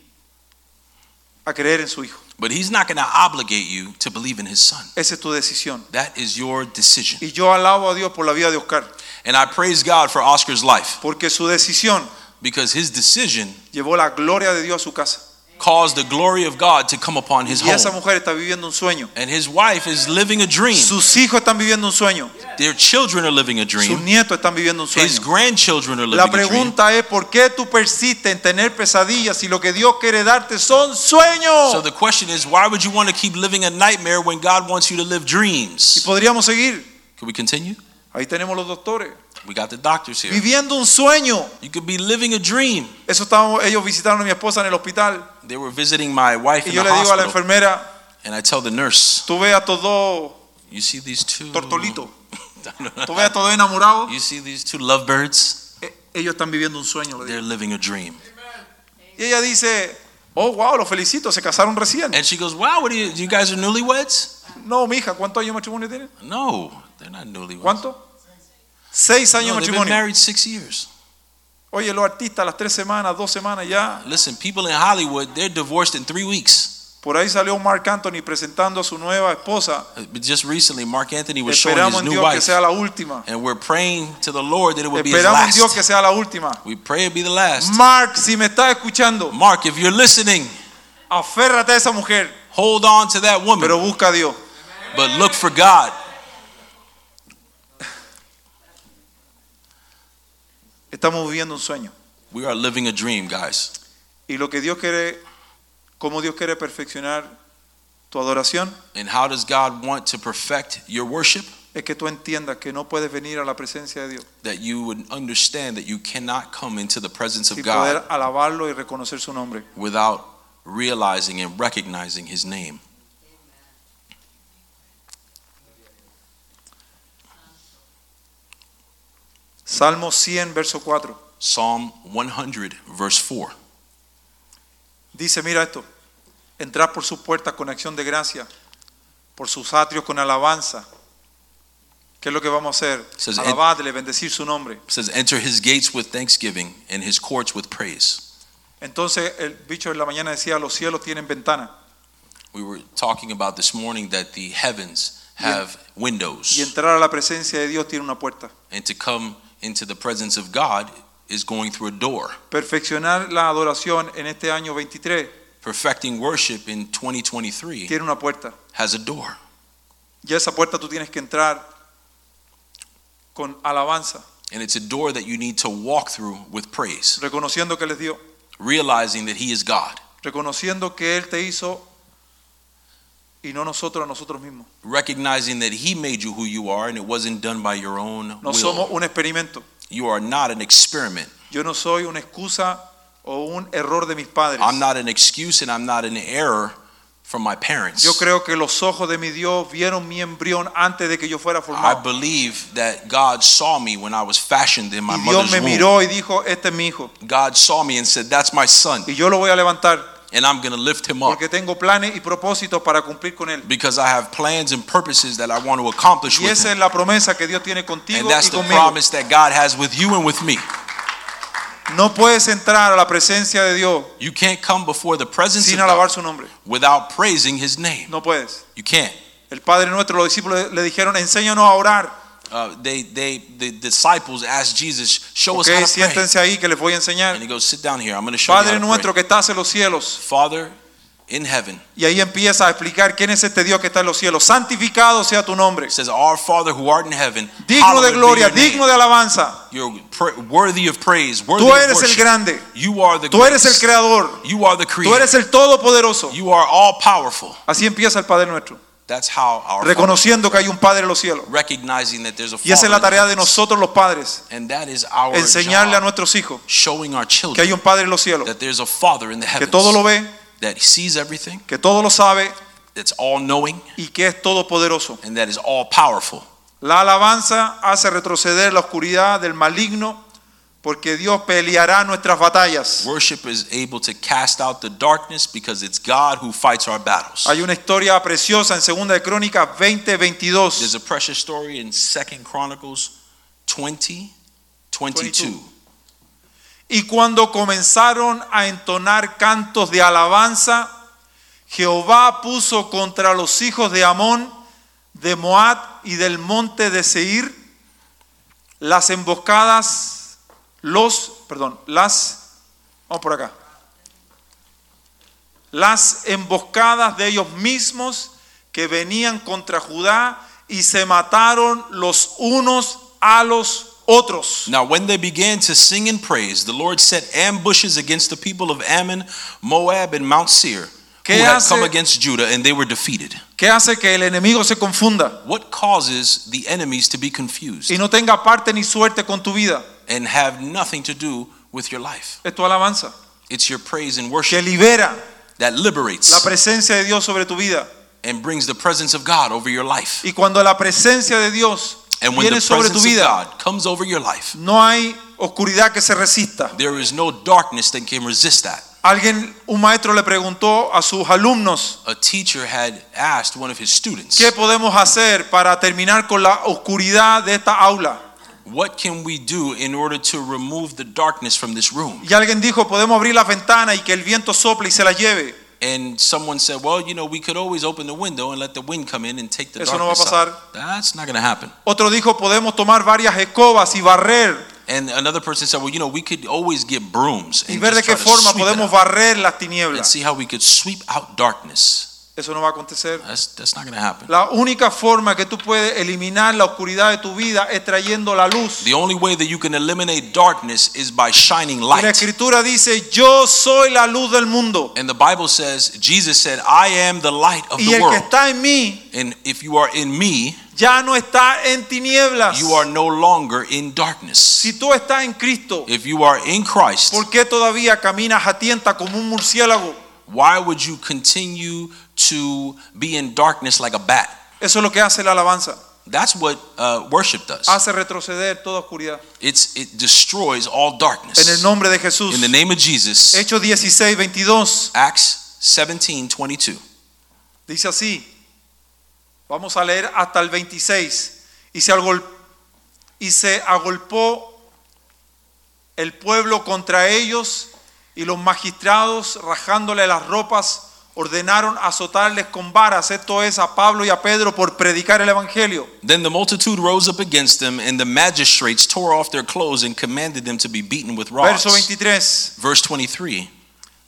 [SPEAKER 2] a creer en su hijo.
[SPEAKER 3] But he's not going to obligate you to believe in his son.
[SPEAKER 2] Esa es tu decisión.
[SPEAKER 3] That is your decision.
[SPEAKER 2] Y yo alabo a Dios por la vida de Oscar,
[SPEAKER 3] And I praise God for Oscar's life
[SPEAKER 2] porque su decisión
[SPEAKER 3] because his decision
[SPEAKER 2] llevó la gloria de Dios a su casa.
[SPEAKER 3] caused the glory of God to come upon his
[SPEAKER 2] Y esa
[SPEAKER 3] home.
[SPEAKER 2] mujer está viviendo un sueño.
[SPEAKER 3] And his wife is living a dream.
[SPEAKER 2] Sus hijos están viviendo un sueño.
[SPEAKER 3] Their children are living a
[SPEAKER 2] Sus
[SPEAKER 3] dream.
[SPEAKER 2] nietos están viviendo un
[SPEAKER 3] His
[SPEAKER 2] sueño.
[SPEAKER 3] grandchildren are
[SPEAKER 2] La
[SPEAKER 3] living a dream.
[SPEAKER 2] pregunta es, ¿por qué tú persistes en tener pesadillas si lo que Dios quiere darte son
[SPEAKER 3] So
[SPEAKER 2] sueños?
[SPEAKER 3] the question is, why would you want to keep living a nightmare when God wants you to live
[SPEAKER 2] Y
[SPEAKER 3] dreams?
[SPEAKER 2] podríamos seguir.
[SPEAKER 3] Can we continue?
[SPEAKER 2] Ahí tenemos los doctores.
[SPEAKER 3] We got the doctors here.
[SPEAKER 2] Viviendo un sueño.
[SPEAKER 3] You could be living a dream.
[SPEAKER 2] Eso estábamos, ellos visitaron a mi esposa en el hospital.
[SPEAKER 3] They were visiting my wife
[SPEAKER 2] Y
[SPEAKER 3] in
[SPEAKER 2] yo
[SPEAKER 3] the
[SPEAKER 2] le digo a la
[SPEAKER 3] hospital,
[SPEAKER 2] enfermera,
[SPEAKER 3] and I tell the nurse,
[SPEAKER 2] tú ve a todos
[SPEAKER 3] "You see these two
[SPEAKER 2] tortolitos, tú ve a todos enamorados.
[SPEAKER 3] You see these two lovebirds?
[SPEAKER 2] Eh, Ellos están viviendo un sueño. le digo.
[SPEAKER 3] They're living a dream."
[SPEAKER 2] Y ella dice, oh, wow, los felicito, se casaron recién.
[SPEAKER 3] And she goes, "Wow, what are you? You guys are newlyweds?"
[SPEAKER 2] No, mija, ¿cuántos años de matrimonio tienen?
[SPEAKER 3] No, they're not newlyweds.
[SPEAKER 2] ¿Cuánto? Seis años de
[SPEAKER 3] No, they've been
[SPEAKER 2] matrimonio.
[SPEAKER 3] married six years.
[SPEAKER 2] Oye, los artistas, las tres semanas, dos semanas ya.
[SPEAKER 3] Listen, people in Hollywood, they're divorced in three weeks.
[SPEAKER 2] Por ahí salió Mark Anthony presentando a su nueva esposa.
[SPEAKER 3] Uh, But just recently, Mark Anthony was showing
[SPEAKER 2] Esperamos
[SPEAKER 3] his
[SPEAKER 2] en
[SPEAKER 3] new
[SPEAKER 2] Dios que
[SPEAKER 3] wife,
[SPEAKER 2] sea la última.
[SPEAKER 3] and we're praying to the Lord that it would be his
[SPEAKER 2] Esperamos en Dios que
[SPEAKER 3] last.
[SPEAKER 2] sea la última.
[SPEAKER 3] We pray it be the last.
[SPEAKER 2] Mark, si me estás escuchando,
[SPEAKER 3] Mark, if you're listening,
[SPEAKER 2] aférrate a esa mujer,
[SPEAKER 3] hold on to that woman,
[SPEAKER 2] pero busca a Dios.
[SPEAKER 3] but look for God.
[SPEAKER 2] Estamos viviendo un sueño.
[SPEAKER 3] We are living a dream, guys.
[SPEAKER 2] Y lo que Dios quiere, como Dios quiere perfeccionar tu adoración,
[SPEAKER 3] And how does God want to perfect your worship?
[SPEAKER 2] es que tú entiendas que no puedes venir a la presencia de Dios
[SPEAKER 3] That you would understand that you cannot come into the presence of
[SPEAKER 2] sin
[SPEAKER 3] God
[SPEAKER 2] poder alabarlo y reconocer su nombre.
[SPEAKER 3] without realizing and recognizing his name.
[SPEAKER 2] Salmo 100, verso 4.
[SPEAKER 3] Psalm 100, verse 4.
[SPEAKER 2] Dice, mira esto, entrar por sus puertas con acción de gracia, por sus atrios con alabanza. ¿Qué es lo que vamos a hacer?
[SPEAKER 3] Says, en-
[SPEAKER 2] Alabadle, bendecir su nombre.
[SPEAKER 3] It says, Enter his gates with thanksgiving and his courts with praise.
[SPEAKER 2] Entonces el bicho en la mañana decía, los cielos tienen ventana.
[SPEAKER 3] We were talking about this morning that the heavens have
[SPEAKER 2] Y
[SPEAKER 3] windows,
[SPEAKER 2] entrar a la presencia de Dios tiene una puerta.
[SPEAKER 3] and to come into the presence of God is going through a door.
[SPEAKER 2] Perfeccionar la adoración en este año 23
[SPEAKER 3] Perfecting worship in 2023
[SPEAKER 2] tiene una puerta.
[SPEAKER 3] has a door.
[SPEAKER 2] Y a esa puerta tú tienes que entrar con alabanza,
[SPEAKER 3] And it's a door that you need to walk through with praise,
[SPEAKER 2] reconociendo que les dio,
[SPEAKER 3] realizing that He is God,
[SPEAKER 2] reconociendo que Él te hizo y no nosotros a nosotros mismos.
[SPEAKER 3] recognizing that He made you who you are and it wasn't done by your own
[SPEAKER 2] No
[SPEAKER 3] will.
[SPEAKER 2] somos un experimento.
[SPEAKER 3] You are not an experiment.
[SPEAKER 2] Yo no soy una excusa o un error de mis padres.
[SPEAKER 3] I'm not an excuse and I'm not an error from my
[SPEAKER 2] Yo
[SPEAKER 3] parents.
[SPEAKER 2] creo que los ojos de mi Dios vieron mi embrión antes de que yo fuera
[SPEAKER 3] I
[SPEAKER 2] formado.
[SPEAKER 3] believe that God saw me when I was fashioned in my
[SPEAKER 2] Y Dios
[SPEAKER 3] mother's
[SPEAKER 2] me
[SPEAKER 3] womb.
[SPEAKER 2] miró y dijo, este es mi hijo.
[SPEAKER 3] God saw me and said, That's my son,
[SPEAKER 2] Y yo lo voy a levantar
[SPEAKER 3] and I'm going to lift him up
[SPEAKER 2] porque tengo planes y propósitos para cumplir con él.
[SPEAKER 3] because I have plans and purposes that I want to accomplish
[SPEAKER 2] Y
[SPEAKER 3] with
[SPEAKER 2] esa
[SPEAKER 3] him.
[SPEAKER 2] es la promesa que Dios tiene contigo
[SPEAKER 3] And that's
[SPEAKER 2] y
[SPEAKER 3] the
[SPEAKER 2] conmigo.
[SPEAKER 3] promise that God has with you and with me.
[SPEAKER 2] No puedes entrar a la presencia de Dios
[SPEAKER 3] You can't come before the presence
[SPEAKER 2] sin
[SPEAKER 3] of God
[SPEAKER 2] alabar su nombre.
[SPEAKER 3] without praising his name.
[SPEAKER 2] No puedes.
[SPEAKER 3] You can't.
[SPEAKER 2] El Padre nuestro, los discípulos le dijeron, enséñanos a orar.
[SPEAKER 3] Uh, they, they, the disciples asked Jesus, "Show
[SPEAKER 2] Ok,
[SPEAKER 3] us how to pray."
[SPEAKER 2] siéntense ahí que les voy a
[SPEAKER 3] And
[SPEAKER 2] enseñar.
[SPEAKER 3] he goes, "Sit down here. I'm going to show
[SPEAKER 2] Padre
[SPEAKER 3] you how to pray."
[SPEAKER 2] nuestro que estás en los cielos.
[SPEAKER 3] Father in heaven
[SPEAKER 2] Y ahí empieza a explicar quién es este Dios que está en los cielos. Santificado sea tu nombre.
[SPEAKER 3] it says, "Our Father who art in heaven,
[SPEAKER 2] Digno de
[SPEAKER 3] hallowed be
[SPEAKER 2] gloria,
[SPEAKER 3] your name.
[SPEAKER 2] digno de alabanza.
[SPEAKER 3] You're pr- worthy of praise, worthy
[SPEAKER 2] Tú
[SPEAKER 3] of
[SPEAKER 2] eres el
[SPEAKER 3] worship.
[SPEAKER 2] grande.
[SPEAKER 3] You are the
[SPEAKER 2] Tú eres el
[SPEAKER 3] greatest.
[SPEAKER 2] creador.
[SPEAKER 3] you are the
[SPEAKER 2] Tú
[SPEAKER 3] creator.
[SPEAKER 2] eres el todopoderoso.
[SPEAKER 3] you are all powerful."
[SPEAKER 2] Así empieza el Padre nuestro.
[SPEAKER 3] That's how our Father-
[SPEAKER 2] Reconociendo que hay un Padre en los cielos.
[SPEAKER 3] recognizing that there's a
[SPEAKER 2] Y esa es
[SPEAKER 3] Father
[SPEAKER 2] la
[SPEAKER 3] in the
[SPEAKER 2] tarea de
[SPEAKER 3] heavens.
[SPEAKER 2] nosotros los padres.
[SPEAKER 3] and that is our
[SPEAKER 2] Enseñarle a
[SPEAKER 3] job,
[SPEAKER 2] nuestros hijos
[SPEAKER 3] showing our
[SPEAKER 2] que
[SPEAKER 3] children
[SPEAKER 2] hay un Padre en los cielos.
[SPEAKER 3] that there's a Father in the
[SPEAKER 2] Que
[SPEAKER 3] heavens
[SPEAKER 2] todo lo ve,
[SPEAKER 3] that sees everything,
[SPEAKER 2] que todo lo sabe
[SPEAKER 3] that's all knowing,
[SPEAKER 2] y que es todopoderoso.
[SPEAKER 3] and that is all powerful.
[SPEAKER 2] La alabanza hace retroceder la oscuridad del maligno porque Dios peleará nuestras batallas.
[SPEAKER 3] Worship is able to cast out the darkness because it's God who fights our battles.
[SPEAKER 2] Hay una historia preciosa en Segunda de Crónicas 20, 22.
[SPEAKER 3] There's a precious story in Second Chronicles 20, 22.
[SPEAKER 2] Y cuando comenzaron a entonar cantos de alabanza, Jehová puso contra los hijos de Amón, de Moab y del monte de Seir las emboscadas, los, perdón, las, vamos por acá, las emboscadas de ellos mismos que venían contra Judá y se mataron los unos a los otros.
[SPEAKER 3] Now, when they began to sing and praise, the Lord set ambushes against the people of Ammon, Moab, and Mount Seir, who
[SPEAKER 2] ¿Qué
[SPEAKER 3] had
[SPEAKER 2] hace-
[SPEAKER 3] come against Judah, and they were defeated.
[SPEAKER 2] ¿Qué hace que el enemigo se confunda
[SPEAKER 3] What causes the enemies to be confused
[SPEAKER 2] y no tenga parte ni suerte con tu vida?
[SPEAKER 3] and have nothing to do with your life?
[SPEAKER 2] Es tu alabanza.
[SPEAKER 3] It's your praise and
[SPEAKER 2] Que
[SPEAKER 3] worship
[SPEAKER 2] libera
[SPEAKER 3] that
[SPEAKER 2] la
[SPEAKER 3] liberates
[SPEAKER 2] presencia de Dios sobre tu vida.
[SPEAKER 3] and brings the presence of God over your life.
[SPEAKER 2] Y cuando la presencia de Dios
[SPEAKER 3] And when the
[SPEAKER 2] viene sobre tu
[SPEAKER 3] presence of
[SPEAKER 2] vida,
[SPEAKER 3] God comes over your life,
[SPEAKER 2] no hay oscuridad que se resista.
[SPEAKER 3] there is no darkness that can resist that.
[SPEAKER 2] Alguien, un maestro le preguntó a sus alumnos,
[SPEAKER 3] A teacher had asked one of his students,
[SPEAKER 2] ¿qué podemos hacer para terminar con la oscuridad de esta aula?
[SPEAKER 3] What can we do in order to remove the darkness from this room?
[SPEAKER 2] Y alguien dijo, podemos abrir las ventanas y que el viento sople y se las lleve.
[SPEAKER 3] And someone said, Well, you know, we could always open the window and let the wind come in and take the
[SPEAKER 2] Eso no va a
[SPEAKER 3] darkness
[SPEAKER 2] pasar.
[SPEAKER 3] out. That's not going to happen.
[SPEAKER 2] Otro dijo, podemos tomar varias escobas y barrer
[SPEAKER 3] And another person said, Well, you know, we could always get brooms
[SPEAKER 2] y
[SPEAKER 3] and
[SPEAKER 2] ver de
[SPEAKER 3] just try
[SPEAKER 2] qué
[SPEAKER 3] to
[SPEAKER 2] forma
[SPEAKER 3] sweep it
[SPEAKER 2] podemos
[SPEAKER 3] out
[SPEAKER 2] barrer las
[SPEAKER 3] and
[SPEAKER 2] tinieblas.
[SPEAKER 3] see how we could sweep out darkness.
[SPEAKER 2] Eso no va a acontecer.
[SPEAKER 3] That's, that's not going to happen.
[SPEAKER 2] La única forma que tú puedes eliminar la oscuridad de tu vida es trayendo la luz.
[SPEAKER 3] The only way that you can eliminate darkness is by shining
[SPEAKER 2] Y la
[SPEAKER 3] light.
[SPEAKER 2] escritura dice, yo soy la luz del mundo.
[SPEAKER 3] And the Bible says, Jesus said, I am the light of
[SPEAKER 2] Y
[SPEAKER 3] the
[SPEAKER 2] el que
[SPEAKER 3] world.
[SPEAKER 2] está en mí
[SPEAKER 3] And if you are in me,
[SPEAKER 2] ya no está en tinieblas.
[SPEAKER 3] you are no longer in darkness.
[SPEAKER 2] Si tú estás en Cristo,
[SPEAKER 3] If you are in Christ,
[SPEAKER 2] ¿por qué todavía caminas a tienta como un murciélago?
[SPEAKER 3] why would you continue to be in darkness like a bat?
[SPEAKER 2] Eso es lo que hace la alabanza.
[SPEAKER 3] That's what uh, worship does.
[SPEAKER 2] hace retroceder toda oscuridad.
[SPEAKER 3] It's it destroys all darkness.
[SPEAKER 2] En el nombre de Jesús.
[SPEAKER 3] In the name of Jesus.
[SPEAKER 2] Hechos 16, 22
[SPEAKER 3] Acts 17, 22.
[SPEAKER 2] dice así. Vamos a leer hasta el 26. Y se, agol- y se agolpó el pueblo contra ellos y los magistrados, rajándole las ropas, ordenaron azotarles con varas. Esto es a Pablo y a Pedro por predicar el Evangelio.
[SPEAKER 3] Then the multitude rose up against them, and the magistrates tore off their clothes and commanded them to be beaten with rods.
[SPEAKER 2] Verso 23.
[SPEAKER 3] Verse 23.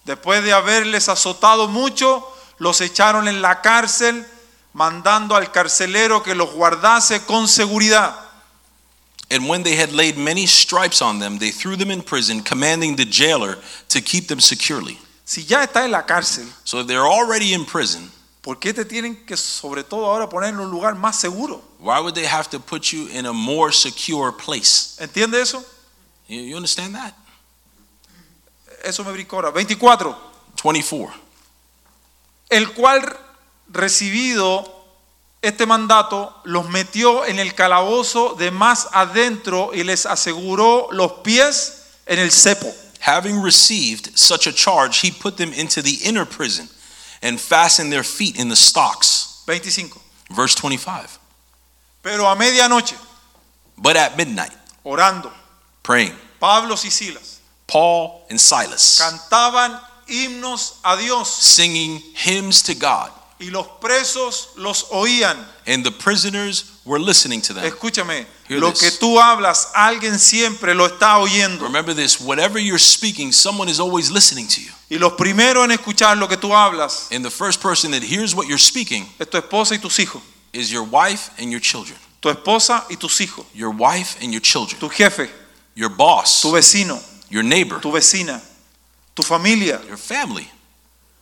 [SPEAKER 2] Después de haberles azotado mucho, los echaron en la cárcel, mandando al carcelero que los guardase con seguridad.
[SPEAKER 3] And when they had laid many stripes on them, they threw them in prison, commanding the jailer to keep them securely.
[SPEAKER 2] Si ya está en la cárcel,
[SPEAKER 3] So they're already in prison.
[SPEAKER 2] ¿por qué te tienen que sobre todo ahora poner en un lugar más seguro?
[SPEAKER 3] Why would they have to put you in a more secure place?
[SPEAKER 2] ¿Entiende eso?
[SPEAKER 3] You, you understand that?
[SPEAKER 2] Eso me brincó ahora. 24.
[SPEAKER 3] 24.
[SPEAKER 2] El cual recibido este mandato, los metió en el calabozo de más adentro y les aseguró los pies en el cepo.
[SPEAKER 3] Having received such a charge, he put them into the inner prison and fastened their feet in the stocks.
[SPEAKER 2] 25.
[SPEAKER 3] Verse 25.
[SPEAKER 2] Pero a medianoche,
[SPEAKER 3] But at midnight,
[SPEAKER 2] orando,
[SPEAKER 3] praying,
[SPEAKER 2] Pablo y Silas
[SPEAKER 3] Paul and Silas
[SPEAKER 2] cantaban himnos a Dios
[SPEAKER 3] singing hymns to God,
[SPEAKER 2] y los presos los oían.
[SPEAKER 3] and the prisoners were listening to them.
[SPEAKER 2] Escúchame,
[SPEAKER 3] Hear
[SPEAKER 2] lo
[SPEAKER 3] this.
[SPEAKER 2] que tú hablas, alguien siempre lo está oyendo.
[SPEAKER 3] Remember this whatever you're speaking, someone is always listening to you.
[SPEAKER 2] Y los primeros en escuchar lo que tú hablas
[SPEAKER 3] And the first person that hears what you're speaking
[SPEAKER 2] es tu esposa y tus hijos,
[SPEAKER 3] is your wife and your children.
[SPEAKER 2] tu esposa y tus hijos,
[SPEAKER 3] Your wife and your children.
[SPEAKER 2] tu jefe,
[SPEAKER 3] Your boss,
[SPEAKER 2] tu vecino,
[SPEAKER 3] your neighbor,
[SPEAKER 2] tu vecina, tu familia.
[SPEAKER 3] your family.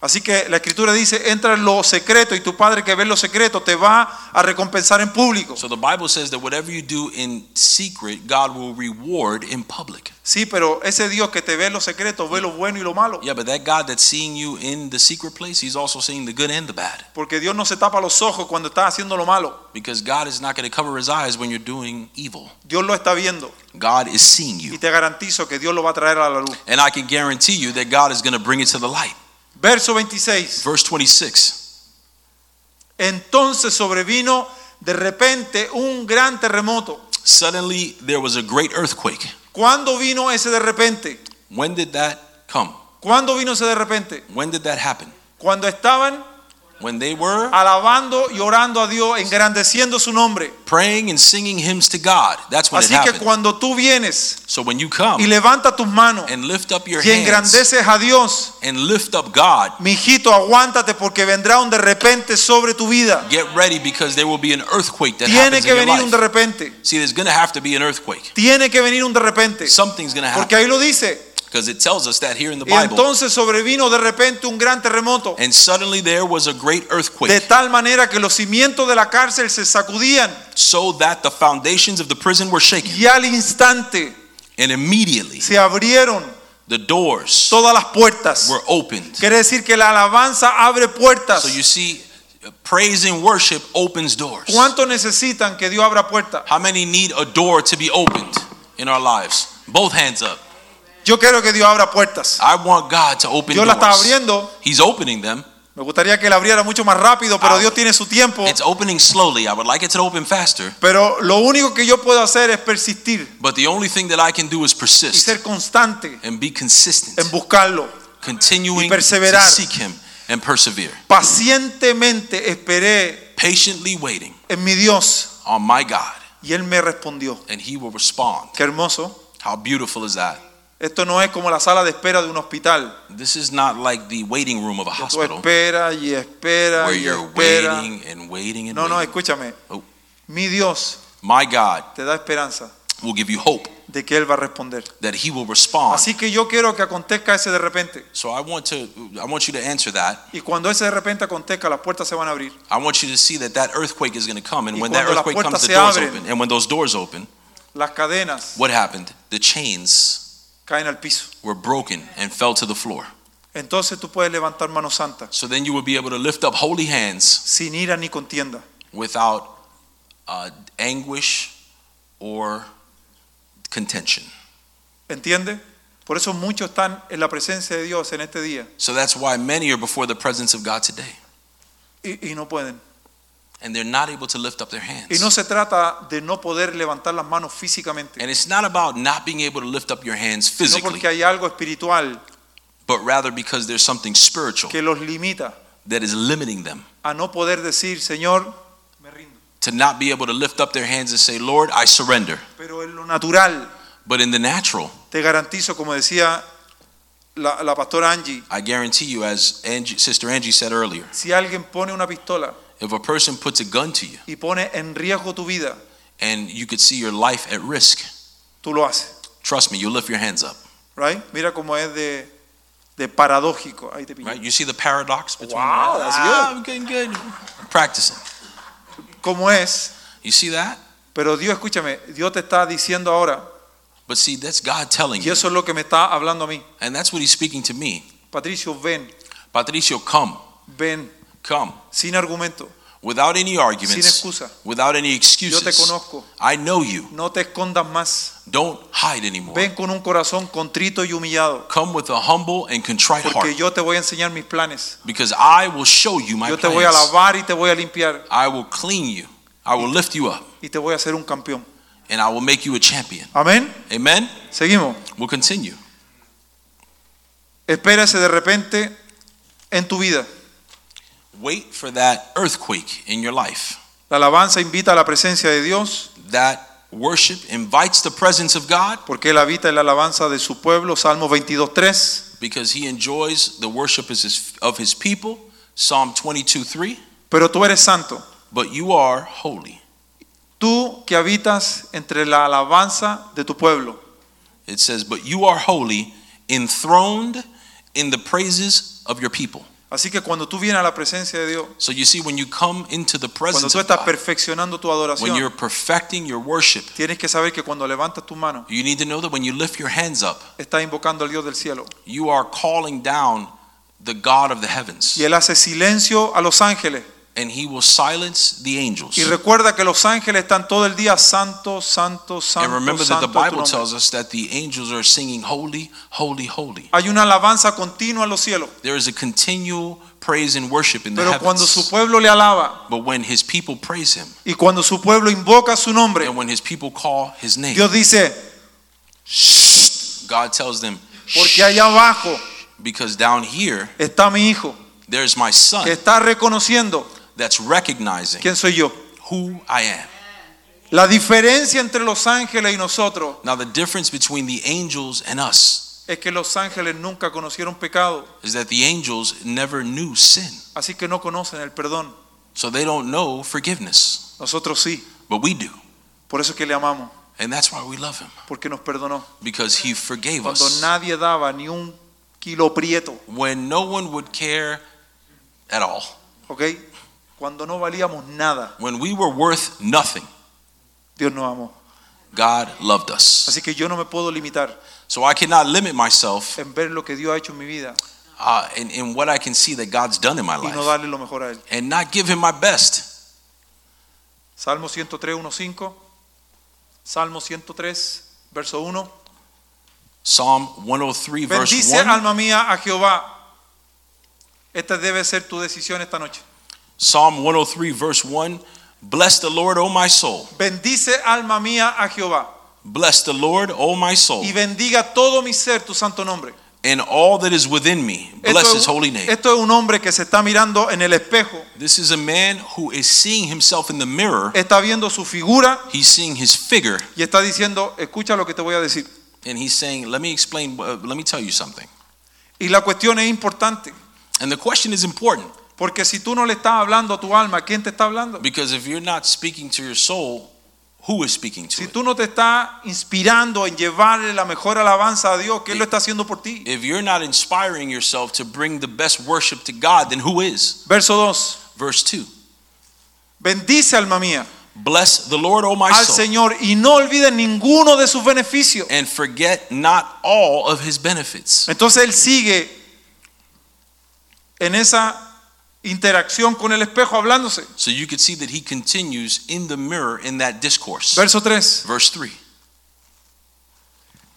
[SPEAKER 2] Así que la escritura dice, entra en lo secreto y tu padre que ve lo secreto te va a recompensar en público.
[SPEAKER 3] So the Bible says that whatever you do in secret, God will reward in public.
[SPEAKER 2] Sí, pero ese Dios que te ve lo secreto ve lo bueno y lo malo.
[SPEAKER 3] Yeah, but that God that's seeing you in the secret place, he's also seeing the good and the bad.
[SPEAKER 2] Porque Dios no se tapa los ojos cuando está haciendo lo malo.
[SPEAKER 3] Because God is not going to cover his eyes when you're doing evil.
[SPEAKER 2] Dios lo está viendo
[SPEAKER 3] God is seeing
[SPEAKER 2] y
[SPEAKER 3] you.
[SPEAKER 2] te garantizo que Dios lo va a traer a la luz.
[SPEAKER 3] And I can guarantee you that God is going to bring it to the light.
[SPEAKER 2] Verso 26.
[SPEAKER 3] Verse 26.
[SPEAKER 2] Entonces sobrevino de repente un gran terremoto.
[SPEAKER 3] Suddenly there was a great earthquake.
[SPEAKER 2] ¿Cuándo vino ese de repente?
[SPEAKER 3] When did that come?
[SPEAKER 2] ¿Cuándo vino ese de repente?
[SPEAKER 3] When did that happen?
[SPEAKER 2] Cuando estaban
[SPEAKER 3] When they were
[SPEAKER 2] alabando y orando a Dios, engrandeciendo su nombre.
[SPEAKER 3] praying and singing hymns to God. That's when it
[SPEAKER 2] Así que
[SPEAKER 3] happened.
[SPEAKER 2] cuando tú vienes
[SPEAKER 3] So when you
[SPEAKER 2] y
[SPEAKER 3] come
[SPEAKER 2] levanta tus manos
[SPEAKER 3] and lift up your
[SPEAKER 2] y
[SPEAKER 3] hands
[SPEAKER 2] engrandeces a Dios,
[SPEAKER 3] and lift up God,
[SPEAKER 2] mijito, aguántate porque vendrá un de repente sobre tu vida.
[SPEAKER 3] get ready because there will be an earthquake that
[SPEAKER 2] Tiene
[SPEAKER 3] happens
[SPEAKER 2] que
[SPEAKER 3] in
[SPEAKER 2] venir un de
[SPEAKER 3] your life.
[SPEAKER 2] repente.
[SPEAKER 3] See, there's going to have to be an earthquake.
[SPEAKER 2] Tiene que venir un de repente.
[SPEAKER 3] Something's going to
[SPEAKER 2] Porque
[SPEAKER 3] happen
[SPEAKER 2] ahí lo dice.
[SPEAKER 3] because it tells us that here in the
[SPEAKER 2] Y
[SPEAKER 3] Bible.
[SPEAKER 2] entonces sobrevino de repente un gran terremoto,
[SPEAKER 3] And suddenly there was a great
[SPEAKER 2] de
[SPEAKER 3] earthquake,
[SPEAKER 2] tal manera que los cimientos de la cárcel se sacudían
[SPEAKER 3] so that the foundations of the prison were shaken.
[SPEAKER 2] y al instante
[SPEAKER 3] And immediately
[SPEAKER 2] se abrieron
[SPEAKER 3] the doors
[SPEAKER 2] todas las puertas.
[SPEAKER 3] were opened.
[SPEAKER 2] Quiere decir que la alabanza abre puertas.
[SPEAKER 3] So you see, praise and worship opens doors.
[SPEAKER 2] ¿Cuánto necesitan que Dios abra puertas?
[SPEAKER 3] How many need a door to be opened in our lives? Both hands up.
[SPEAKER 2] Yo quiero que Dios abra puertas.
[SPEAKER 3] I want God to open
[SPEAKER 2] Dios la está
[SPEAKER 3] doors.
[SPEAKER 2] abriendo.
[SPEAKER 3] He's opening them.
[SPEAKER 2] Me gustaría que la abriera mucho más rápido, pero
[SPEAKER 3] Ah.
[SPEAKER 2] Dios tiene su tiempo.
[SPEAKER 3] It's opening slowly. I would like it to open faster,
[SPEAKER 2] Pero lo único que yo puedo hacer es persistir
[SPEAKER 3] but the only thing that I can do is
[SPEAKER 2] y
[SPEAKER 3] persist
[SPEAKER 2] ser constante
[SPEAKER 3] and be
[SPEAKER 2] en
[SPEAKER 3] consistent,
[SPEAKER 2] buscarlo.
[SPEAKER 3] continuing
[SPEAKER 2] y
[SPEAKER 3] to
[SPEAKER 2] perseverar.
[SPEAKER 3] seek Him and persevere.
[SPEAKER 2] Pacientemente esperé
[SPEAKER 3] Patiently waiting
[SPEAKER 2] en mi Dios.
[SPEAKER 3] on my God,
[SPEAKER 2] Y él me respondió,
[SPEAKER 3] and He will respond.
[SPEAKER 2] qué hermoso,
[SPEAKER 3] How beautiful is that?
[SPEAKER 2] esto no es como la sala de espera de un hospital.
[SPEAKER 3] This is not like the waiting room of a
[SPEAKER 2] Tú
[SPEAKER 3] hospital
[SPEAKER 2] esperas y esperas
[SPEAKER 3] where
[SPEAKER 2] y
[SPEAKER 3] you're
[SPEAKER 2] esperas.
[SPEAKER 3] waiting and waiting and
[SPEAKER 2] No, no,
[SPEAKER 3] waiting.
[SPEAKER 2] escúchame.
[SPEAKER 3] Oh.
[SPEAKER 2] Mi Dios
[SPEAKER 3] My God
[SPEAKER 2] te da esperanza
[SPEAKER 3] will give you hope
[SPEAKER 2] de que él va a responder.
[SPEAKER 3] that He will respond.
[SPEAKER 2] Así que yo quiero que acontezca ese de repente.
[SPEAKER 3] So I want to I want you to answer that.
[SPEAKER 2] Y cuando ese de repente acontezca, las puertas se van a abrir.
[SPEAKER 3] I want you to see that that earthquake is going to come and
[SPEAKER 2] Y
[SPEAKER 3] when that
[SPEAKER 2] cuando las
[SPEAKER 3] earthquake comes
[SPEAKER 2] puertas
[SPEAKER 3] the
[SPEAKER 2] se
[SPEAKER 3] doors
[SPEAKER 2] abren.
[SPEAKER 3] open and when those doors open
[SPEAKER 2] Las cadenas
[SPEAKER 3] what happened? The chains
[SPEAKER 2] caen al piso.
[SPEAKER 3] were broken and fell to the floor.
[SPEAKER 2] Entonces tú puedes levantar mano santa
[SPEAKER 3] So then you will be able to lift up holy hands
[SPEAKER 2] sin ira ni contienda.
[SPEAKER 3] without uh, anguish or contention.
[SPEAKER 2] ¿Entiende? Por eso muchos están en la presencia de Dios en este día
[SPEAKER 3] So that's why many are before the presence of God today,
[SPEAKER 2] y, y no pueden.
[SPEAKER 3] and they're not able to lift up their hands.
[SPEAKER 2] Y no se trata de no poder levantar las manos físicamente,
[SPEAKER 3] and it's not about not being able to lift up your hands
[SPEAKER 2] no
[SPEAKER 3] physically,
[SPEAKER 2] porque hay algo espiritual
[SPEAKER 3] but rather because there's something spiritual
[SPEAKER 2] que los limita
[SPEAKER 3] that is limiting them
[SPEAKER 2] a no poder decir, Señor, me rindo.
[SPEAKER 3] to not be able to lift up their hands and say, Lord, I surrender.
[SPEAKER 2] Pero en lo natural,
[SPEAKER 3] But in the natural,
[SPEAKER 2] te garantizo, como decía la, la pastora Angie,
[SPEAKER 3] I guarantee you, as Angie, Sister Angie said earlier,
[SPEAKER 2] si alguien pone una pistola
[SPEAKER 3] if a person puts a gun to you
[SPEAKER 2] y pone en riesgo tu vida,
[SPEAKER 3] and you could see your life at risk,
[SPEAKER 2] tú lo haces.
[SPEAKER 3] trust me, you lift your hands up.
[SPEAKER 2] Right? Mira cómo es de, de paradójico. Ahí te pillo.
[SPEAKER 3] Right? You see the paradox between
[SPEAKER 2] Wow, that's good.
[SPEAKER 3] Ah, I'm getting good. I'm practicing.
[SPEAKER 2] ¿Cómo es?
[SPEAKER 3] You see that?
[SPEAKER 2] Pero Dios, escúchame, Dios te está diciendo ahora,
[SPEAKER 3] But see, that's God telling
[SPEAKER 2] y
[SPEAKER 3] you.
[SPEAKER 2] eso es lo que me está hablando a mí.
[SPEAKER 3] And that's what he's speaking to me.
[SPEAKER 2] Patricio, ven,
[SPEAKER 3] Patricio, come,
[SPEAKER 2] ven,
[SPEAKER 3] come.
[SPEAKER 2] sin argumento,
[SPEAKER 3] Without any
[SPEAKER 2] sin
[SPEAKER 3] arguments,
[SPEAKER 2] excusa.
[SPEAKER 3] without any
[SPEAKER 2] Yo te
[SPEAKER 3] excuses.
[SPEAKER 2] conozco,
[SPEAKER 3] I know you.
[SPEAKER 2] no te escondas más.
[SPEAKER 3] Don't hide anymore.
[SPEAKER 2] Ven con un corazón contrito y humillado,
[SPEAKER 3] Come with a humble and contrite
[SPEAKER 2] porque
[SPEAKER 3] heart
[SPEAKER 2] yo te voy a enseñar mis planes.
[SPEAKER 3] because I will show you my
[SPEAKER 2] Yo te voy a
[SPEAKER 3] plans.
[SPEAKER 2] lavar y te voy a limpiar
[SPEAKER 3] I will clean you. I will lift you up
[SPEAKER 2] y te voy a hacer un campeón.
[SPEAKER 3] and I will make you a champion.
[SPEAKER 2] Amén.
[SPEAKER 3] Amen.
[SPEAKER 2] Seguimos.
[SPEAKER 3] We'll continue.
[SPEAKER 2] Espérase de repente en tu vida.
[SPEAKER 3] Wait for that earthquake in your life.
[SPEAKER 2] La alabanza invita a la presencia de Dios,
[SPEAKER 3] That worship invites the presence of God
[SPEAKER 2] porque Él habita en la alabanza de su pueblo. Salmo 22.3.
[SPEAKER 3] because he enjoys the worship is his- of his people. Psalm 22 3.
[SPEAKER 2] Pero tú eres santo,
[SPEAKER 3] But you are holy.
[SPEAKER 2] tú que habitas entre la alabanza de tu pueblo.
[SPEAKER 3] It says, But you are holy, enthroned in the praises of your people.
[SPEAKER 2] Así que cuando tú vienes a la presencia de Dios,
[SPEAKER 3] So you see, when you come into the
[SPEAKER 2] cuando
[SPEAKER 3] presence
[SPEAKER 2] tú
[SPEAKER 3] of
[SPEAKER 2] estás
[SPEAKER 3] God,
[SPEAKER 2] perfeccionando tu
[SPEAKER 3] when you're
[SPEAKER 2] adoración,
[SPEAKER 3] perfecting your worship,
[SPEAKER 2] tienes que saber que cuando levantas tu mano,
[SPEAKER 3] you need to know that when you lift your hands up,
[SPEAKER 2] estás invocando al Dios del cielo.
[SPEAKER 3] you are calling down the God of the heavens,
[SPEAKER 2] Y Él hace silencio a los ángeles.
[SPEAKER 3] and He will silence the angels.
[SPEAKER 2] Y recuerda que los ángeles están todo el día santo, santo,
[SPEAKER 3] And
[SPEAKER 2] santo,
[SPEAKER 3] remember that
[SPEAKER 2] santo.
[SPEAKER 3] the
[SPEAKER 2] es tu
[SPEAKER 3] Bible
[SPEAKER 2] nombre".
[SPEAKER 3] tells us that the angels are singing, Holy, Holy, Holy.
[SPEAKER 2] Hay una alabanza continua en los cielos.
[SPEAKER 3] There is a continual praise and worship in the
[SPEAKER 2] Pero cuando su
[SPEAKER 3] heavens.
[SPEAKER 2] pueblo le alaba
[SPEAKER 3] But when His people praise Him,
[SPEAKER 2] y cuando su pueblo invoca su nombre,
[SPEAKER 3] and when His people call His name,
[SPEAKER 2] Dios dice,
[SPEAKER 3] God tells them, "Shh,
[SPEAKER 2] porque allá abajo
[SPEAKER 3] because down here,
[SPEAKER 2] está mi hijo
[SPEAKER 3] there's my
[SPEAKER 2] que
[SPEAKER 3] son
[SPEAKER 2] está reconociendo
[SPEAKER 3] that's recognizing
[SPEAKER 2] quién soy yo.
[SPEAKER 3] who I am.
[SPEAKER 2] La diferencia entre los ángeles y nosotros
[SPEAKER 3] Now, the difference between the angels and us
[SPEAKER 2] es que los ángeles nunca conocieron pecado,
[SPEAKER 3] is that the angels never knew sin,
[SPEAKER 2] así que no conocen el perdón.
[SPEAKER 3] so they don't know forgiveness.
[SPEAKER 2] Nosotros sí,
[SPEAKER 3] But we do,
[SPEAKER 2] por eso es que le amamos,
[SPEAKER 3] and that's why we love Him,
[SPEAKER 2] porque nos perdonó.
[SPEAKER 3] because He forgave
[SPEAKER 2] Cuando
[SPEAKER 3] us.
[SPEAKER 2] nadie daba ni un kilo prieto,
[SPEAKER 3] When no one would care at all,
[SPEAKER 2] ¿ok? Cuando no valíamos nada,
[SPEAKER 3] when we were worth nothing,
[SPEAKER 2] Dios nos amó.
[SPEAKER 3] God loved us.
[SPEAKER 2] Así que yo no me puedo limitar
[SPEAKER 3] So I cannot limit myself
[SPEAKER 2] en ver lo que Dios ha hecho en mi vida
[SPEAKER 3] uh, in, in what I can see that God's done in my
[SPEAKER 2] y no
[SPEAKER 3] life
[SPEAKER 2] darle lo mejor a Él.
[SPEAKER 3] and not give Him my best.
[SPEAKER 2] Salmo 103, 1, 5. Salmo 103, verso 1.
[SPEAKER 3] Psalm 103, verse
[SPEAKER 2] Bendice
[SPEAKER 3] 1.
[SPEAKER 2] alma mía a Jehová. Esta debe ser tu decisión esta noche.
[SPEAKER 3] Psalm 103, verse 1. Bless the Lord, O my soul.
[SPEAKER 2] Bendice alma mía a Jehová
[SPEAKER 3] Bless the Lord, O my soul.
[SPEAKER 2] y bendiga todo mi ser tu santo nombre.
[SPEAKER 3] And all that is within me. Bless
[SPEAKER 2] Esto
[SPEAKER 3] his
[SPEAKER 2] es,
[SPEAKER 3] holy
[SPEAKER 2] un,
[SPEAKER 3] name.
[SPEAKER 2] esto es un hombre que se está mirando en el espejo,
[SPEAKER 3] This is a man who is seeing himself in the mirror.
[SPEAKER 2] está viendo su figura
[SPEAKER 3] He's seeing his figure.
[SPEAKER 2] y está diciendo, escucha lo que te voy a decir.
[SPEAKER 3] And he's saying, Let me explain, uh, let me tell you something.
[SPEAKER 2] Y la cuestión es importante,
[SPEAKER 3] And the question is important
[SPEAKER 2] porque si tú no le estás hablando a tu alma, ¿quién te está hablando?
[SPEAKER 3] because if you're not speaking to your soul, who is speaking to
[SPEAKER 2] Si
[SPEAKER 3] it?
[SPEAKER 2] tú no te estás inspirando en llevarle la mejor alabanza a Dios, ¿quién lo está haciendo por ti?
[SPEAKER 3] If you're not inspiring yourself to bring the best worship to God, then who is?
[SPEAKER 2] Verso 2.
[SPEAKER 3] Verse 2.
[SPEAKER 2] Bendice alma mía
[SPEAKER 3] Bless the Lord, O my
[SPEAKER 2] al
[SPEAKER 3] soul.
[SPEAKER 2] Señor y no olvides ninguno de sus beneficios.
[SPEAKER 3] and forget not all of his benefits.
[SPEAKER 2] Entonces él sigue en esa interacción con el espejo hablándose.
[SPEAKER 3] So you could see that he continues in the mirror in that discourse.
[SPEAKER 2] Verso 3.
[SPEAKER 3] Verse 3.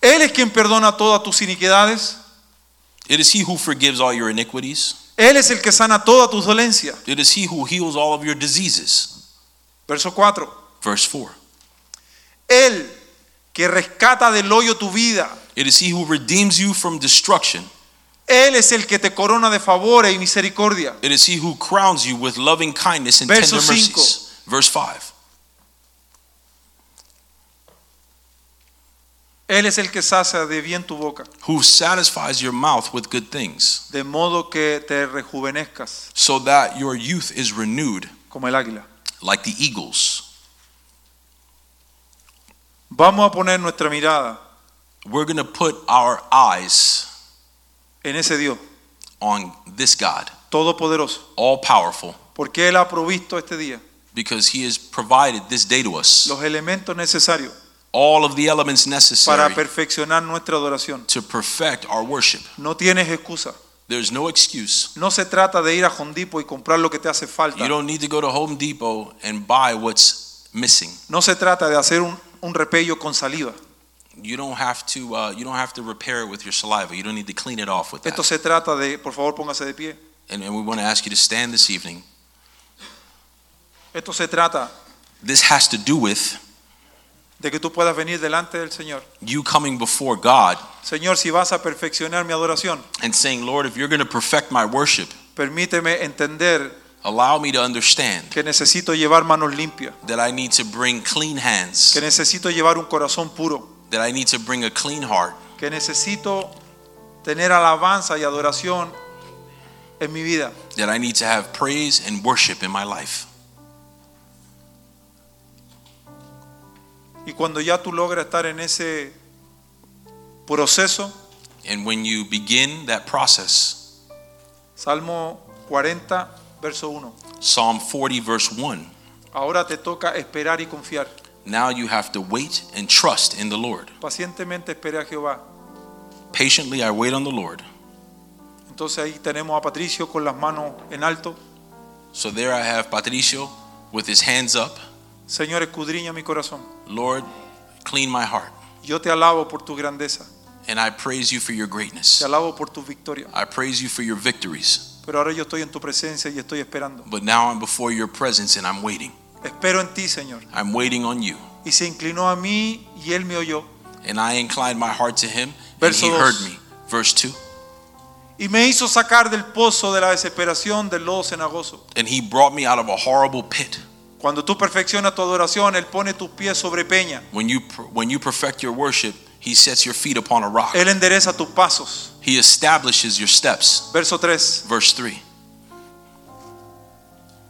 [SPEAKER 2] Él es quien perdona todas tus iniquidades.
[SPEAKER 3] It is he who forgives all your iniquities.
[SPEAKER 2] Él es el que sana todas tus dolencias.
[SPEAKER 3] It is he who heals all of your diseases.
[SPEAKER 2] Verso 4.
[SPEAKER 3] Verse 4.
[SPEAKER 2] Él que rescata del hoyo tu vida.
[SPEAKER 3] It is he who redeems you from destruction.
[SPEAKER 2] Él es el que te corona de favores y misericordia.
[SPEAKER 3] It is he who crowns you with loving kindness and
[SPEAKER 2] Verso
[SPEAKER 3] tender
[SPEAKER 2] cinco.
[SPEAKER 3] mercies. Verse 5.
[SPEAKER 2] Él es el que sacia de bien tu boca,
[SPEAKER 3] Who satisfies your mouth with good things,
[SPEAKER 2] de modo que te rejuvenezcas
[SPEAKER 3] so that your youth is renewed
[SPEAKER 2] como el águila.
[SPEAKER 3] like the eagles.
[SPEAKER 2] Vamos a poner nuestra mirada
[SPEAKER 3] We're going to put our eyes
[SPEAKER 2] en ese Dios
[SPEAKER 3] on this God,
[SPEAKER 2] todopoderoso,
[SPEAKER 3] all powerful,
[SPEAKER 2] porque Él ha provisto este día
[SPEAKER 3] because he has provided this day to us
[SPEAKER 2] los elementos necesarios
[SPEAKER 3] all of the elements
[SPEAKER 2] para
[SPEAKER 3] necessary
[SPEAKER 2] perfeccionar nuestra adoración.
[SPEAKER 3] to perfect our worship.
[SPEAKER 2] No tienes excusa.
[SPEAKER 3] There's no excuse.
[SPEAKER 2] No se trata de ir a Jondipo y comprar lo que te hace falta.
[SPEAKER 3] You don't need to go to Home Depot and buy what's missing.
[SPEAKER 2] No se trata de hacer un, un repello con saliva.
[SPEAKER 3] You don't have to. Uh, you don't have to repair it with your saliva. You don't need to clean it off with
[SPEAKER 2] Esto
[SPEAKER 3] that.
[SPEAKER 2] se trata de, por favor, póngase de pie.
[SPEAKER 3] And, and we want to ask you to stand this evening.
[SPEAKER 2] Esto se trata
[SPEAKER 3] This has to do with
[SPEAKER 2] de que tú puedas venir delante del Señor.
[SPEAKER 3] you coming before God
[SPEAKER 2] Señor, si vas a perfeccionar mi adoración,
[SPEAKER 3] and saying, "Lord, if you're going to perfect my worship,
[SPEAKER 2] permíteme entender
[SPEAKER 3] allow me to understand
[SPEAKER 2] que necesito llevar manos limpias,
[SPEAKER 3] that I need to bring clean hands,
[SPEAKER 2] que necesito llevar un corazón puro,
[SPEAKER 3] that I need to bring a clean heart,
[SPEAKER 2] que necesito tener alabanza y adoración en mi vida.
[SPEAKER 3] that I need to have praise and worship in my life."
[SPEAKER 2] Y cuando ya tú logras estar en ese proceso,
[SPEAKER 3] And when you begin that process,
[SPEAKER 2] Salmo 40, verso 1.
[SPEAKER 3] Psalm 40, verse one.
[SPEAKER 2] Ahora te toca esperar y confiar.
[SPEAKER 3] Now you have to wait and trust in the Lord.
[SPEAKER 2] Pacientemente espera a Jehová.
[SPEAKER 3] Patiently, I wait on the Lord.
[SPEAKER 2] Entonces ahí tenemos a Patricio con las manos en alto.
[SPEAKER 3] So there I have Patricio with his hands up.
[SPEAKER 2] Señor, escudriña mi corazón.
[SPEAKER 3] Lord, clean my heart.
[SPEAKER 2] Yo te alabo por tu grandeza.
[SPEAKER 3] And I praise you for your greatness.
[SPEAKER 2] Te alabo por tu victoria.
[SPEAKER 3] I praise you for your victories.
[SPEAKER 2] Pero ahora yo estoy en tu presencia y estoy esperando.
[SPEAKER 3] But now I'm before your presence and I'm waiting.
[SPEAKER 2] Espero en ti, Señor.
[SPEAKER 3] I'm waiting on you.
[SPEAKER 2] Y se inclinó a mí y él me oyó.
[SPEAKER 3] And I inclined my heart to him and
[SPEAKER 2] Verso
[SPEAKER 3] he
[SPEAKER 2] dos.
[SPEAKER 3] heard me. Verse 2.
[SPEAKER 2] Y me hizo sacar del pozo de la desesperación del lodo cenagoso.
[SPEAKER 3] And he brought me out of a horrible pit.
[SPEAKER 2] Cuando tú perfeccionas tu adoración, él pone tus pies sobre peña.
[SPEAKER 3] When you per- when you perfect your worship, he sets your feet upon a rock.
[SPEAKER 2] Él endereza tus pasos.
[SPEAKER 3] He establishes your steps.
[SPEAKER 2] Verso 3.
[SPEAKER 3] Verse 3.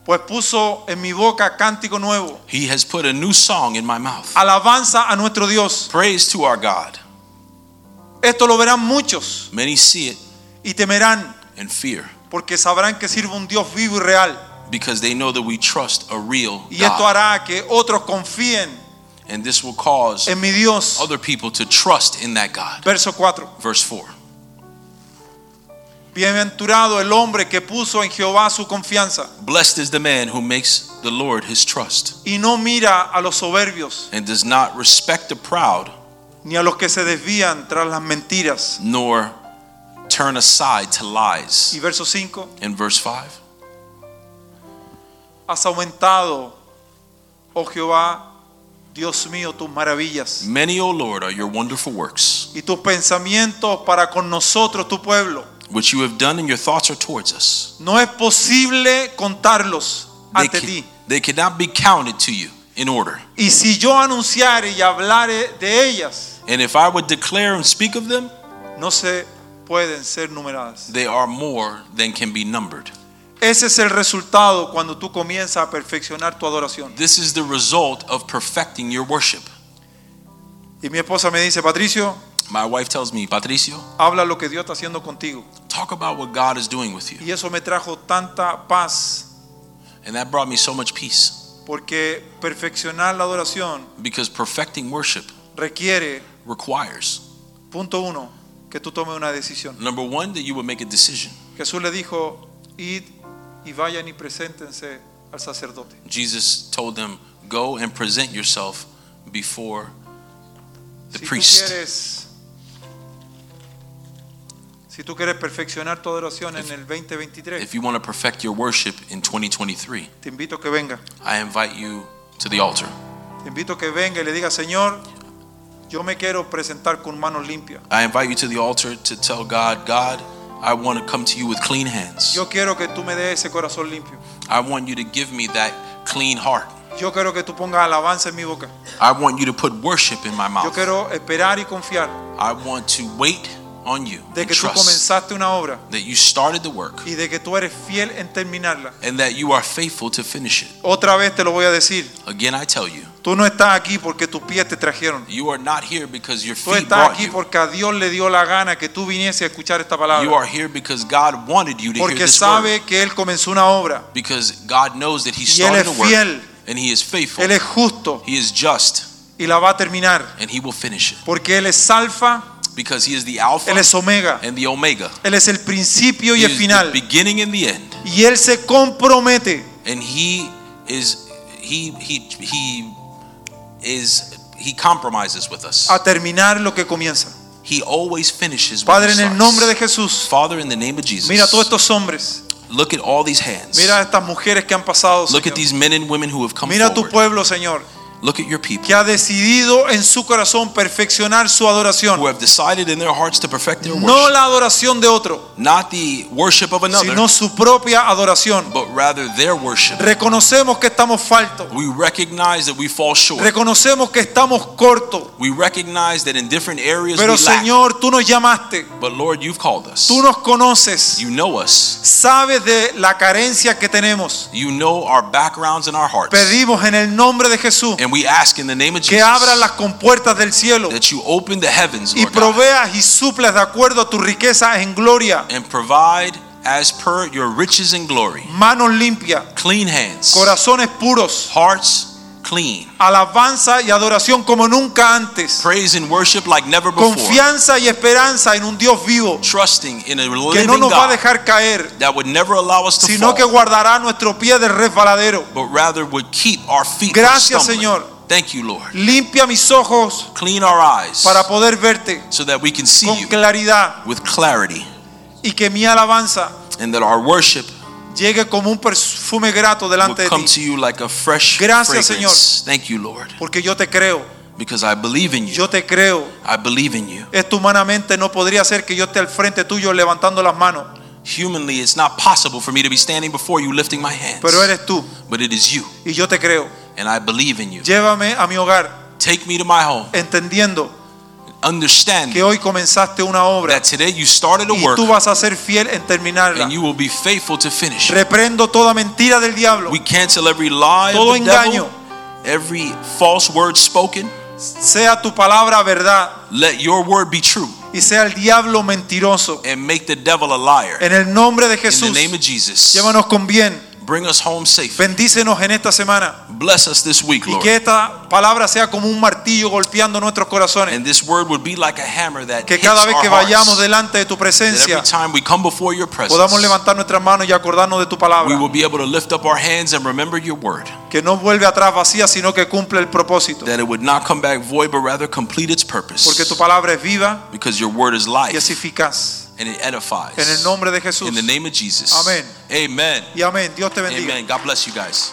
[SPEAKER 2] Pues puso en mi boca cántico nuevo.
[SPEAKER 3] He has put a new song in my mouth.
[SPEAKER 2] Alabanza a nuestro Dios.
[SPEAKER 3] Praise to our God.
[SPEAKER 2] Esto lo verán muchos
[SPEAKER 3] Many see it
[SPEAKER 2] y temerán
[SPEAKER 3] and fear
[SPEAKER 2] porque sabrán que sirve un Dios vivo y real.
[SPEAKER 3] because they know that we trust a real
[SPEAKER 2] Y esto
[SPEAKER 3] God.
[SPEAKER 2] hará que otros confíen
[SPEAKER 3] And this will cause
[SPEAKER 2] en mi Dios.
[SPEAKER 3] other people to trust in that God.
[SPEAKER 2] Verso 4.
[SPEAKER 3] Verse 4.
[SPEAKER 2] Bienaventurado el hombre que puso en Jehová su confianza
[SPEAKER 3] Blessed is the man who makes the Lord his trust
[SPEAKER 2] y no mira a los soberbios
[SPEAKER 3] and does not respect the proud
[SPEAKER 2] ni a los que se desvían tras las mentiras.
[SPEAKER 3] nor turn aside to lies.
[SPEAKER 2] Y verso 5.
[SPEAKER 3] In verse 5,
[SPEAKER 2] Has aumentado, oh Jehová, Dios mío, tus maravillas.
[SPEAKER 3] many, O Lord, are your wonderful works,
[SPEAKER 2] y tus pensamientos para con nosotros, tu pueblo.
[SPEAKER 3] which you have done, and your thoughts are towards us.
[SPEAKER 2] No es posible contarlos
[SPEAKER 3] They,
[SPEAKER 2] ante
[SPEAKER 3] ca-
[SPEAKER 2] ti.
[SPEAKER 3] they cannot be counted to you in order.
[SPEAKER 2] Y si yo anunciare y hablare de ellas,
[SPEAKER 3] And if I would declare and speak of them,
[SPEAKER 2] no se pueden ser numeradas.
[SPEAKER 3] they are more than can be numbered.
[SPEAKER 2] Ese es el resultado cuando tú comienzas a perfeccionar tu adoración.
[SPEAKER 3] This is the result of perfecting your worship.
[SPEAKER 2] Y mi esposa me dice, Patricio,
[SPEAKER 3] My wife tells me, Patricio,
[SPEAKER 2] habla lo que Dios está haciendo contigo.
[SPEAKER 3] talk about what God is doing with you.
[SPEAKER 2] Y eso me trajo tanta paz,
[SPEAKER 3] And that brought me so much peace
[SPEAKER 2] porque perfeccionar la adoración
[SPEAKER 3] because perfecting worship
[SPEAKER 2] requiere,
[SPEAKER 3] requires,
[SPEAKER 2] punto uno, que tú tomes una decisión.
[SPEAKER 3] number one, that you would make a decision.
[SPEAKER 2] Jesús le dijo, id y vayan y preséntense al sacerdote.
[SPEAKER 3] Jesus told them, Go and present yourself before the
[SPEAKER 2] Si tú
[SPEAKER 3] priest.
[SPEAKER 2] quieres si tú quieres perfeccionar tu adoración en el 2023,
[SPEAKER 3] If you want to perfect your worship in 2023,
[SPEAKER 2] te invito a que venga.
[SPEAKER 3] I invite you to the altar.
[SPEAKER 2] Te invito a que venga y le diga, "Señor, yo me quiero presentar con manos limpias.
[SPEAKER 3] I invite you to the altar to tell God, God, I want to come to you with clean hands.
[SPEAKER 2] Yo quiero que tú me des ese corazón limpio.
[SPEAKER 3] I want you to give me that clean heart.
[SPEAKER 2] Yo quiero que tú pongas alabanza en mi boca.
[SPEAKER 3] I want you to put worship in my
[SPEAKER 2] Yo
[SPEAKER 3] mouth.
[SPEAKER 2] quiero esperar y confiar
[SPEAKER 3] I want to wait on you
[SPEAKER 2] de
[SPEAKER 3] and
[SPEAKER 2] que tú
[SPEAKER 3] trust
[SPEAKER 2] comenzaste una obra
[SPEAKER 3] that you started the work
[SPEAKER 2] y de que tú eres fiel en terminarla."
[SPEAKER 3] and that you are faithful to finish it.
[SPEAKER 2] Otra vez te lo voy a decir,
[SPEAKER 3] Again, I tell you,
[SPEAKER 2] tú no estás aquí porque tus pies te trajeron.
[SPEAKER 3] you are not here because your
[SPEAKER 2] Tú
[SPEAKER 3] feet
[SPEAKER 2] estás
[SPEAKER 3] brought
[SPEAKER 2] aquí
[SPEAKER 3] you.
[SPEAKER 2] porque a Dios le dio la gana que tú viniese a escuchar esta
[SPEAKER 3] You
[SPEAKER 2] palabra.
[SPEAKER 3] are here because God wanted you to hear
[SPEAKER 2] Porque
[SPEAKER 3] this word.
[SPEAKER 2] sabe que Él comenzó una obra.
[SPEAKER 3] Because God knows that He
[SPEAKER 2] Y Él
[SPEAKER 3] started
[SPEAKER 2] es
[SPEAKER 3] the work
[SPEAKER 2] fiel.
[SPEAKER 3] and He is faithful.
[SPEAKER 2] Él es justo
[SPEAKER 3] He is just
[SPEAKER 2] y la va a terminar.
[SPEAKER 3] and He will finish it.
[SPEAKER 2] Porque Él es alfa,
[SPEAKER 3] Because He is the Alpha
[SPEAKER 2] Él es omega.
[SPEAKER 3] and the Omega.
[SPEAKER 2] Él es el principio
[SPEAKER 3] He
[SPEAKER 2] y el
[SPEAKER 3] is the
[SPEAKER 2] final.
[SPEAKER 3] beginning and the end.
[SPEAKER 2] Y Él se compromete.
[SPEAKER 3] And He is He He He is He compromises with us.
[SPEAKER 2] a terminar lo que comienza.
[SPEAKER 3] He always finishes what
[SPEAKER 2] Padre,
[SPEAKER 3] he
[SPEAKER 2] en el
[SPEAKER 3] starts.
[SPEAKER 2] nombre de Jesús,
[SPEAKER 3] Father, in the name of Jesus,
[SPEAKER 2] mira a todos estos hombres,
[SPEAKER 3] look at all these hands.
[SPEAKER 2] mira a estas mujeres que han pasado,
[SPEAKER 3] look at
[SPEAKER 2] Señor.
[SPEAKER 3] these men and women who have come
[SPEAKER 2] mira a tu
[SPEAKER 3] forward.
[SPEAKER 2] pueblo, Señor,
[SPEAKER 3] Look at your people
[SPEAKER 2] que ha decidido en su corazón perfeccionar su adoración.
[SPEAKER 3] who have decided in their hearts to perfect their
[SPEAKER 2] No
[SPEAKER 3] worship,
[SPEAKER 2] la adoración de otro,
[SPEAKER 3] not the worship of another,
[SPEAKER 2] sino su propia adoración.
[SPEAKER 3] but rather their worship.
[SPEAKER 2] Reconocemos que estamos faltos,
[SPEAKER 3] We recognize that we fall short.
[SPEAKER 2] reconocemos que estamos cortos,
[SPEAKER 3] we recognize that in different areas
[SPEAKER 2] pero
[SPEAKER 3] we lack.
[SPEAKER 2] Señor, tú nos llamaste,
[SPEAKER 3] but Lord, you've called us.
[SPEAKER 2] tú nos conoces,
[SPEAKER 3] you know us.
[SPEAKER 2] sabes de la carencia que tenemos.
[SPEAKER 3] You know our backgrounds and our hearts.
[SPEAKER 2] Pedimos en el nombre de Jesús
[SPEAKER 3] and we ask in the name of
[SPEAKER 2] que
[SPEAKER 3] Jesus
[SPEAKER 2] abran las compuertas del cielo
[SPEAKER 3] that you open the heavens,
[SPEAKER 2] y
[SPEAKER 3] Lord God,
[SPEAKER 2] proveas y suplas de acuerdo a tu riqueza en gloria,
[SPEAKER 3] and provide as per your riches and glory
[SPEAKER 2] manos limpias,
[SPEAKER 3] clean hands
[SPEAKER 2] corazones puros,
[SPEAKER 3] hearts clean
[SPEAKER 2] alabanza y adoración como nunca antes,
[SPEAKER 3] praise and worship like never before
[SPEAKER 2] confianza y esperanza en un Dios vivo
[SPEAKER 3] trusting in a
[SPEAKER 2] que
[SPEAKER 3] living
[SPEAKER 2] no nos va a
[SPEAKER 3] God
[SPEAKER 2] dejar caer,
[SPEAKER 3] that would never allow us to
[SPEAKER 2] sino que
[SPEAKER 3] fall
[SPEAKER 2] guardará nuestro pie del resbaladero.
[SPEAKER 3] but rather would keep our feet from
[SPEAKER 2] Gracias,
[SPEAKER 3] stumbling.
[SPEAKER 2] Señor.
[SPEAKER 3] thank you Lord
[SPEAKER 2] Limpia mis ojos
[SPEAKER 3] clean our eyes
[SPEAKER 2] para poder verte
[SPEAKER 3] so that we can see
[SPEAKER 2] con
[SPEAKER 3] you
[SPEAKER 2] claridad
[SPEAKER 3] with clarity
[SPEAKER 2] y que mi alabanza
[SPEAKER 3] and that our worship
[SPEAKER 2] llegue como un perfume grato
[SPEAKER 3] will
[SPEAKER 2] delante de
[SPEAKER 3] come
[SPEAKER 2] ti,
[SPEAKER 3] to you like a fresh
[SPEAKER 2] Gracias,
[SPEAKER 3] fragrance thank you Lord
[SPEAKER 2] porque yo te creo,
[SPEAKER 3] because I believe in you
[SPEAKER 2] yo te creo.
[SPEAKER 3] I believe in you
[SPEAKER 2] Esto humanamente no podría ser que yo esté al frente tuyo levantando las manos,
[SPEAKER 3] humanly it's not possible for me to be standing before you lifting my hands
[SPEAKER 2] pero eres tú
[SPEAKER 3] but it is you
[SPEAKER 2] y yo te creo.
[SPEAKER 3] and I believe in you.
[SPEAKER 2] Llévame a mi hogar
[SPEAKER 3] Take me to my home,
[SPEAKER 2] entendiendo
[SPEAKER 3] Understand
[SPEAKER 2] que hoy comenzaste una obra
[SPEAKER 3] that today you started a
[SPEAKER 2] y
[SPEAKER 3] work
[SPEAKER 2] tú vas a ser fiel en terminarla.
[SPEAKER 3] and you will be faithful to finish. it.
[SPEAKER 2] Reprendo toda mentira del diablo.
[SPEAKER 3] We cancel every lie
[SPEAKER 2] Todo
[SPEAKER 3] of the devil,
[SPEAKER 2] engaño.
[SPEAKER 3] every false word spoken.
[SPEAKER 2] Sea tu palabra verdad
[SPEAKER 3] Let your word be true
[SPEAKER 2] y sea el diablo mentiroso.
[SPEAKER 3] and make the devil a liar.
[SPEAKER 2] En el nombre de
[SPEAKER 3] In the
[SPEAKER 2] Jesús,
[SPEAKER 3] name of Jesus,
[SPEAKER 2] llévanos con bien.
[SPEAKER 3] bring us home safe.
[SPEAKER 2] Bendícenos en esta semana
[SPEAKER 3] Bless us this week,
[SPEAKER 2] y
[SPEAKER 3] Lord.
[SPEAKER 2] que esta palabra sea como un martillo golpeando nuestros corazones.
[SPEAKER 3] And this word would be like a hammer that
[SPEAKER 2] Que
[SPEAKER 3] hits
[SPEAKER 2] cada vez
[SPEAKER 3] our
[SPEAKER 2] que vayamos
[SPEAKER 3] hearts.
[SPEAKER 2] delante de tu
[SPEAKER 3] That
[SPEAKER 2] presencia,
[SPEAKER 3] every time we come before your presence,
[SPEAKER 2] podamos levantar nuestras manos y acordarnos de tu
[SPEAKER 3] we
[SPEAKER 2] palabra,
[SPEAKER 3] will be able to lift up our hands and remember your word.
[SPEAKER 2] que no vuelve atrás vacía, sino que cumple el propósito.
[SPEAKER 3] that it would not come back void, but rather complete its purpose.
[SPEAKER 2] Porque tu palabra es viva
[SPEAKER 3] because your word is
[SPEAKER 2] y es
[SPEAKER 3] life
[SPEAKER 2] eficaz.
[SPEAKER 3] and it edifies.
[SPEAKER 2] En el nombre de Jesús.
[SPEAKER 3] In the name of Jesus.
[SPEAKER 2] Amén.
[SPEAKER 3] Amen.
[SPEAKER 2] Y amén. Dios te bendiga.
[SPEAKER 3] Amen. God bless you guys.